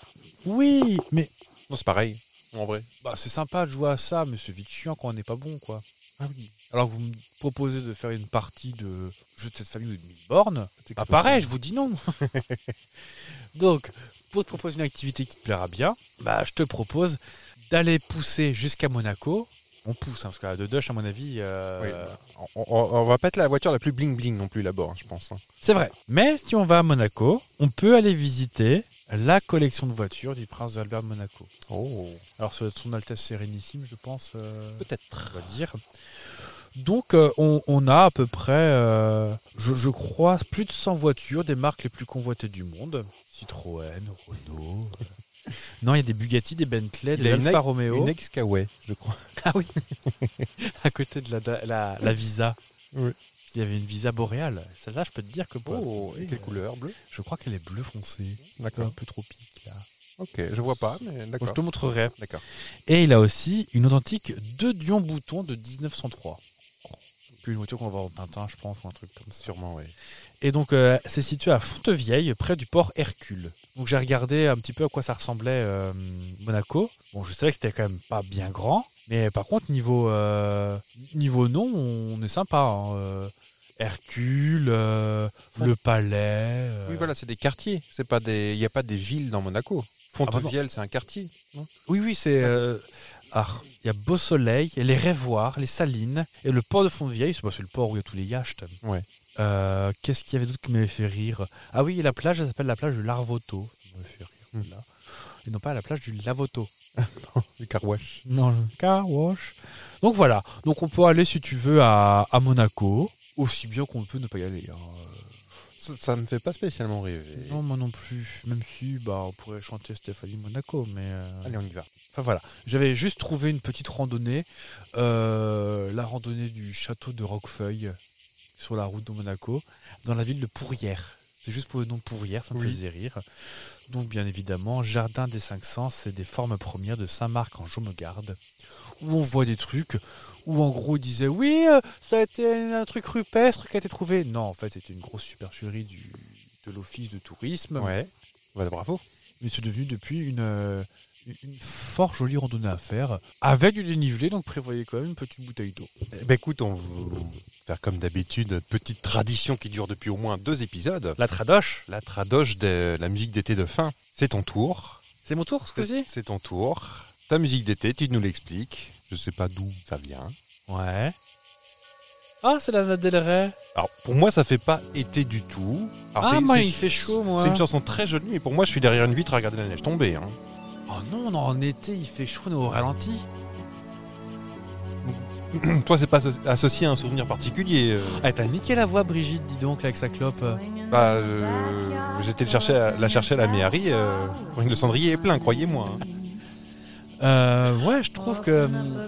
Oui, mais. Non, c'est pareil, en vrai. Bah, c'est sympa de jouer à ça, mais c'est vite chiant quand on n'est pas bon, quoi. Ah oui. Alors que vous me proposez de faire une partie de jeu de cette famille ou de mille bornes, C'est bah pareil, je vous dis non. <laughs> Donc, pour te proposer une activité qui te plaira bien, bah, je te propose d'aller pousser jusqu'à Monaco. On pousse, hein, parce qu'à deux à mon avis. euh, Oui. On, on- on va pas être la voiture la plus bling bling non plus là-bas, hein, je pense. hein. C'est vrai. Mais si on va à Monaco, on peut aller visiter la collection de voitures du prince d'Albert de Monaco. Oh. Alors, ça doit être son Altesse Sérénissime, je pense, euh, Peut-être. on va dire. Donc, euh, on, on a à peu près, euh, je, je crois, plus de 100 voitures des marques les plus convoitées du monde. Citroën, <laughs> Renault. euh. Non, il y a des Bugatti, des Bentley, Il des a une Alfa ex- Romeo. Une ex je crois. Ah oui, à côté de la, la, la Visa. Oui. Qui Il y avait une visa boréale. Celle-là, je peux te dire que bon, Oh, et quelle couleur Bleu je crois qu'elle est bleu foncé. Un D'accord. peu tropique, là. Ok, je vois pas, mais Bon, je d'accord. te montrerai. D'accord. Et il a aussi une authentique de Dion Bouton de 1903. Puis une voiture qu'on va voir au Pintin, je pense, ou un truc comme ça. Sûrement, oui. Et donc, euh, c'est situé à Fontevieille, près du port Hercule. Donc, j'ai regardé un petit peu à quoi ça ressemblait euh, Monaco. Bon, je savais que c'était quand même pas bien grand, mais par contre, niveau, euh, niveau nom, on est sympa. hein, euh, Hercule, euh, le palais. euh, Oui, voilà, c'est des quartiers. C'est pas des. Il n'y a pas des villes dans Monaco. Fontevielle, c'est un quartier. Oui, oui, c'est. euh, alors, il y a Beau Soleil, il y a les Révoirs, les Salines et le port de Fontvieille. C'est bah, c'est le port où il y a tous les yachts. Ouais. Euh, Qu'est-ce qu'il y avait d'autre qui m'avait fait rire Ah oui, la plage, elle s'appelle la plage du Larvoto. Ça m'avait fait rire, Hmm. celle-là. Et non pas la plage du Lavoto. Du carouache. Non, le car wash. Donc voilà. Donc on peut aller, si tu veux, à, à Monaco. Aussi bien qu'on peut ne pas y aller. hein. Ça, ça me fait pas spécialement rêver. Non, moi non plus. Même si, bah, on pourrait chanter Stéphanie Monaco, mais. euh, Allez, on y va. Enfin voilà, j'avais juste trouvé une petite randonnée, euh, la randonnée du château de Roquefeuille sur la route de Monaco, dans la ville de Pourrières. C'est juste pour le nom Pourrières, ça me Oui. faisait rire. Donc bien évidemment, Jardin des Cinq Sens et des formes premières de Saint-Marc en Jaumegarde, où on voit des trucs, où en gros ils disaient oui, euh, ça a été un truc rupestre qui a été trouvé. Non, en fait, c'était une grosse supercherie du, de l'office de tourisme. Ouais. Bah, bravo. Mais c'est devenu depuis une, euh, une fort jolie randonnée à faire, avec du dénivelé, donc prévoyez quand même une petite bouteille d'eau. Eh Ben écoute, on va faire comme d'habitude, notre petite tradition qui dure depuis au moins deux épisodes. La tradoche La tradoche de la musique d'été de fin. C'est ton tour. C'est mon tour ce C'est coup-ci c'est ton tour. Ta musique d'été, tu nous l'expliques. Je sais pas d'où ça vient. Ouais. Ah, c'est la Nat Del Rey Alors pour moi, ça fait pas été du tout. Alors, Ah, c'est- moi c'est- il fait chaud, hein. moi C'est une chanson très jolie, mais pour moi, je suis derrière une vitre à regarder la neige tomber. hein. <clears throat> Oh non, non, en été il fait chaud, on est au ralenti. Toi, c'est pas asso- associé à un souvenir particulier. euh. Ah, t'as niqué la voix, Brigitte, dis donc, là, avec sa clope. Bah, euh, j'étais le chercher à- la chercher à la méhairie. euh, le cendrier est plein, croyez-moi. hein. Euh, ouais, je trouve que. hum,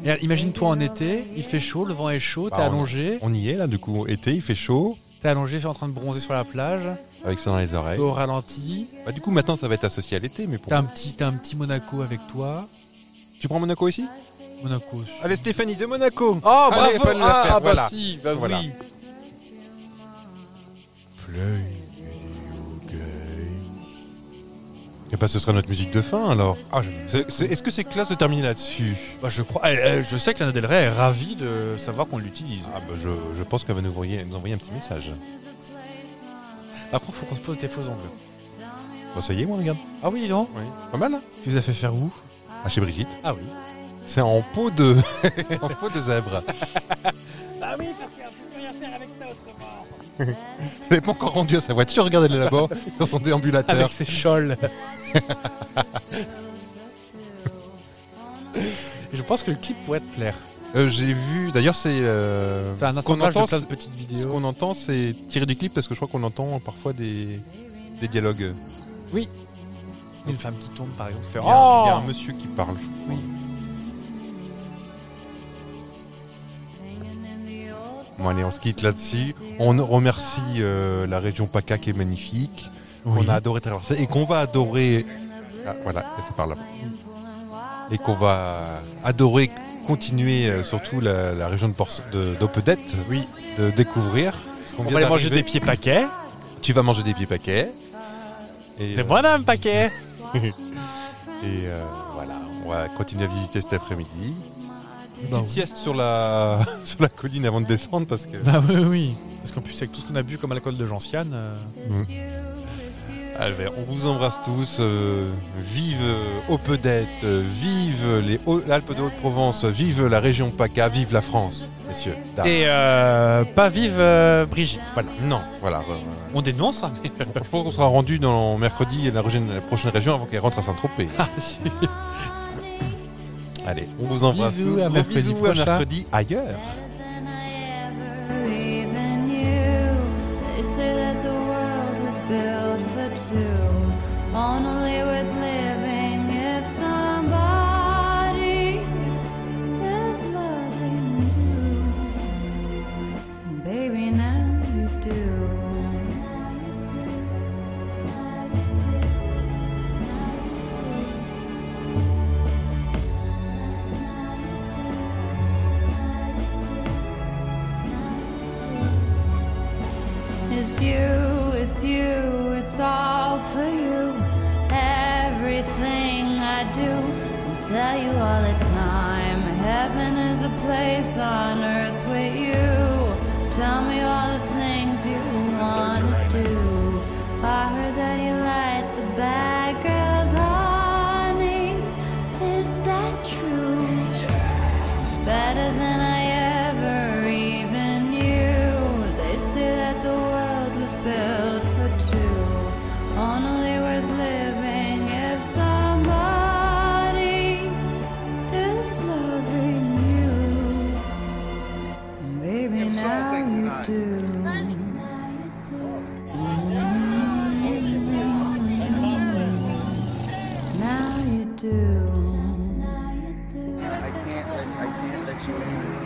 regarde, Imagine-toi en été, il fait chaud, le vent est chaud, t'es Bah, allongé, On y est là, du coup. Été, il fait chaud, t'es allongé, t'es en train de bronzer sur la plage, avec ça dans les t'es oreilles. au ralenti, Bah, du coup, maintenant, ça va être associé à l'été, mais pour. t'as un petit, t'as un petit Monaco avec toi. Tu prends Monaco aussi Monaco. Allez, Stéphanie de Monaco Oh, Allez, fallait la faire, voilà. si, bah Voilà. oui. Et bah, ce sera notre musique de fin alors. Ah, je- c'est- c'est- Est-ce que c'est classe de terminer là-dessus Bah, je crois. eh, eh, je sais que Lana Del Rey est ravie de savoir qu'on l'utilise. Ah, bah, je, je pense qu'elle va nous envoyer, nous envoyer un petit message. Après, faut qu'on se pose des faux ongles. Bah, ça y est, moi, regarde. Ah oui, non Oui. Pas mal, hein Tu les as fait faire où Ah, chez Brigitte. Ah oui. C'est en peau de. <laughs> en peau de zèbre. Elle n'est pas encore rendue à sa voiture, regardez-la là-bas, dans son déambulateur. Avec ses <laughs> chols. Et Je pense que le clip pourrait te plaire. Euh, J'ai vu, d'ailleurs, c'est. euh, C'est un ce qu'on assemblage de entend, plein de ce petites vidéos. qu'on entend, c'est tiré du clip parce que je crois qu'on entend parfois des, des dialogues. Une femme qui tombe, par exemple, qui fait Il y, a, Oh il y a un monsieur qui parle. Oui. Bon, allez, on se quitte là-dessus. On remercie euh, la région PACA qui est magnifique. On a adoré traverser et qu'on va adorer. Ah, voilà, c'est par là. Et qu'on va adorer continuer euh, surtout la, la région de, Porce- de d'Opedette, oui. de découvrir. Parce qu'on On vient va aller manger d'arriver. des pieds paquets. Tu vas manger des pieds paquets. Et, Des euh, bonhommes paquets. et euh, voilà, on va continuer à visiter cet après-midi. Une Bah petite oui. sieste sur la, <laughs> sur la colline avant de descendre parce que Bah oui, oui. Parce qu'en plus, avec tout ce qu'on a bu comme alcool de Gentiane. euh, Albert, on vous embrasse tous. euh, vive euh, Opedette, euh, vive les Hauts- l'Alpes de Haute-Provence, vive la région PACA, vive la France, messieurs. dames. Et euh, pas vive euh, Brigitte. Voilà. Non, voilà. euh, On dénonce, hein, mais. je pense qu'on sera rendu dans mercredi la, région- la prochaine région avant qu'elle rentre à Saint-Tropez. Ah, <laughs> si. Allez, on vous embrasse Bisous, tous. à Gros mercredi bisous, à prochain. mercredi ailleurs. They say that the world was built for two. Only worth living if somebody is loving you. tell you all the time. Heaven is a place on earth with you. Tell me all the things you want to do. I heard that you like the bad girls, honey. Is that true? It's better than I ever even knew. They say that the world was built for two. Only worth living if somebody is loving you. Baby, now you do. Mm-hmm. Now you do. Now you do. I can't let, I can't let you in.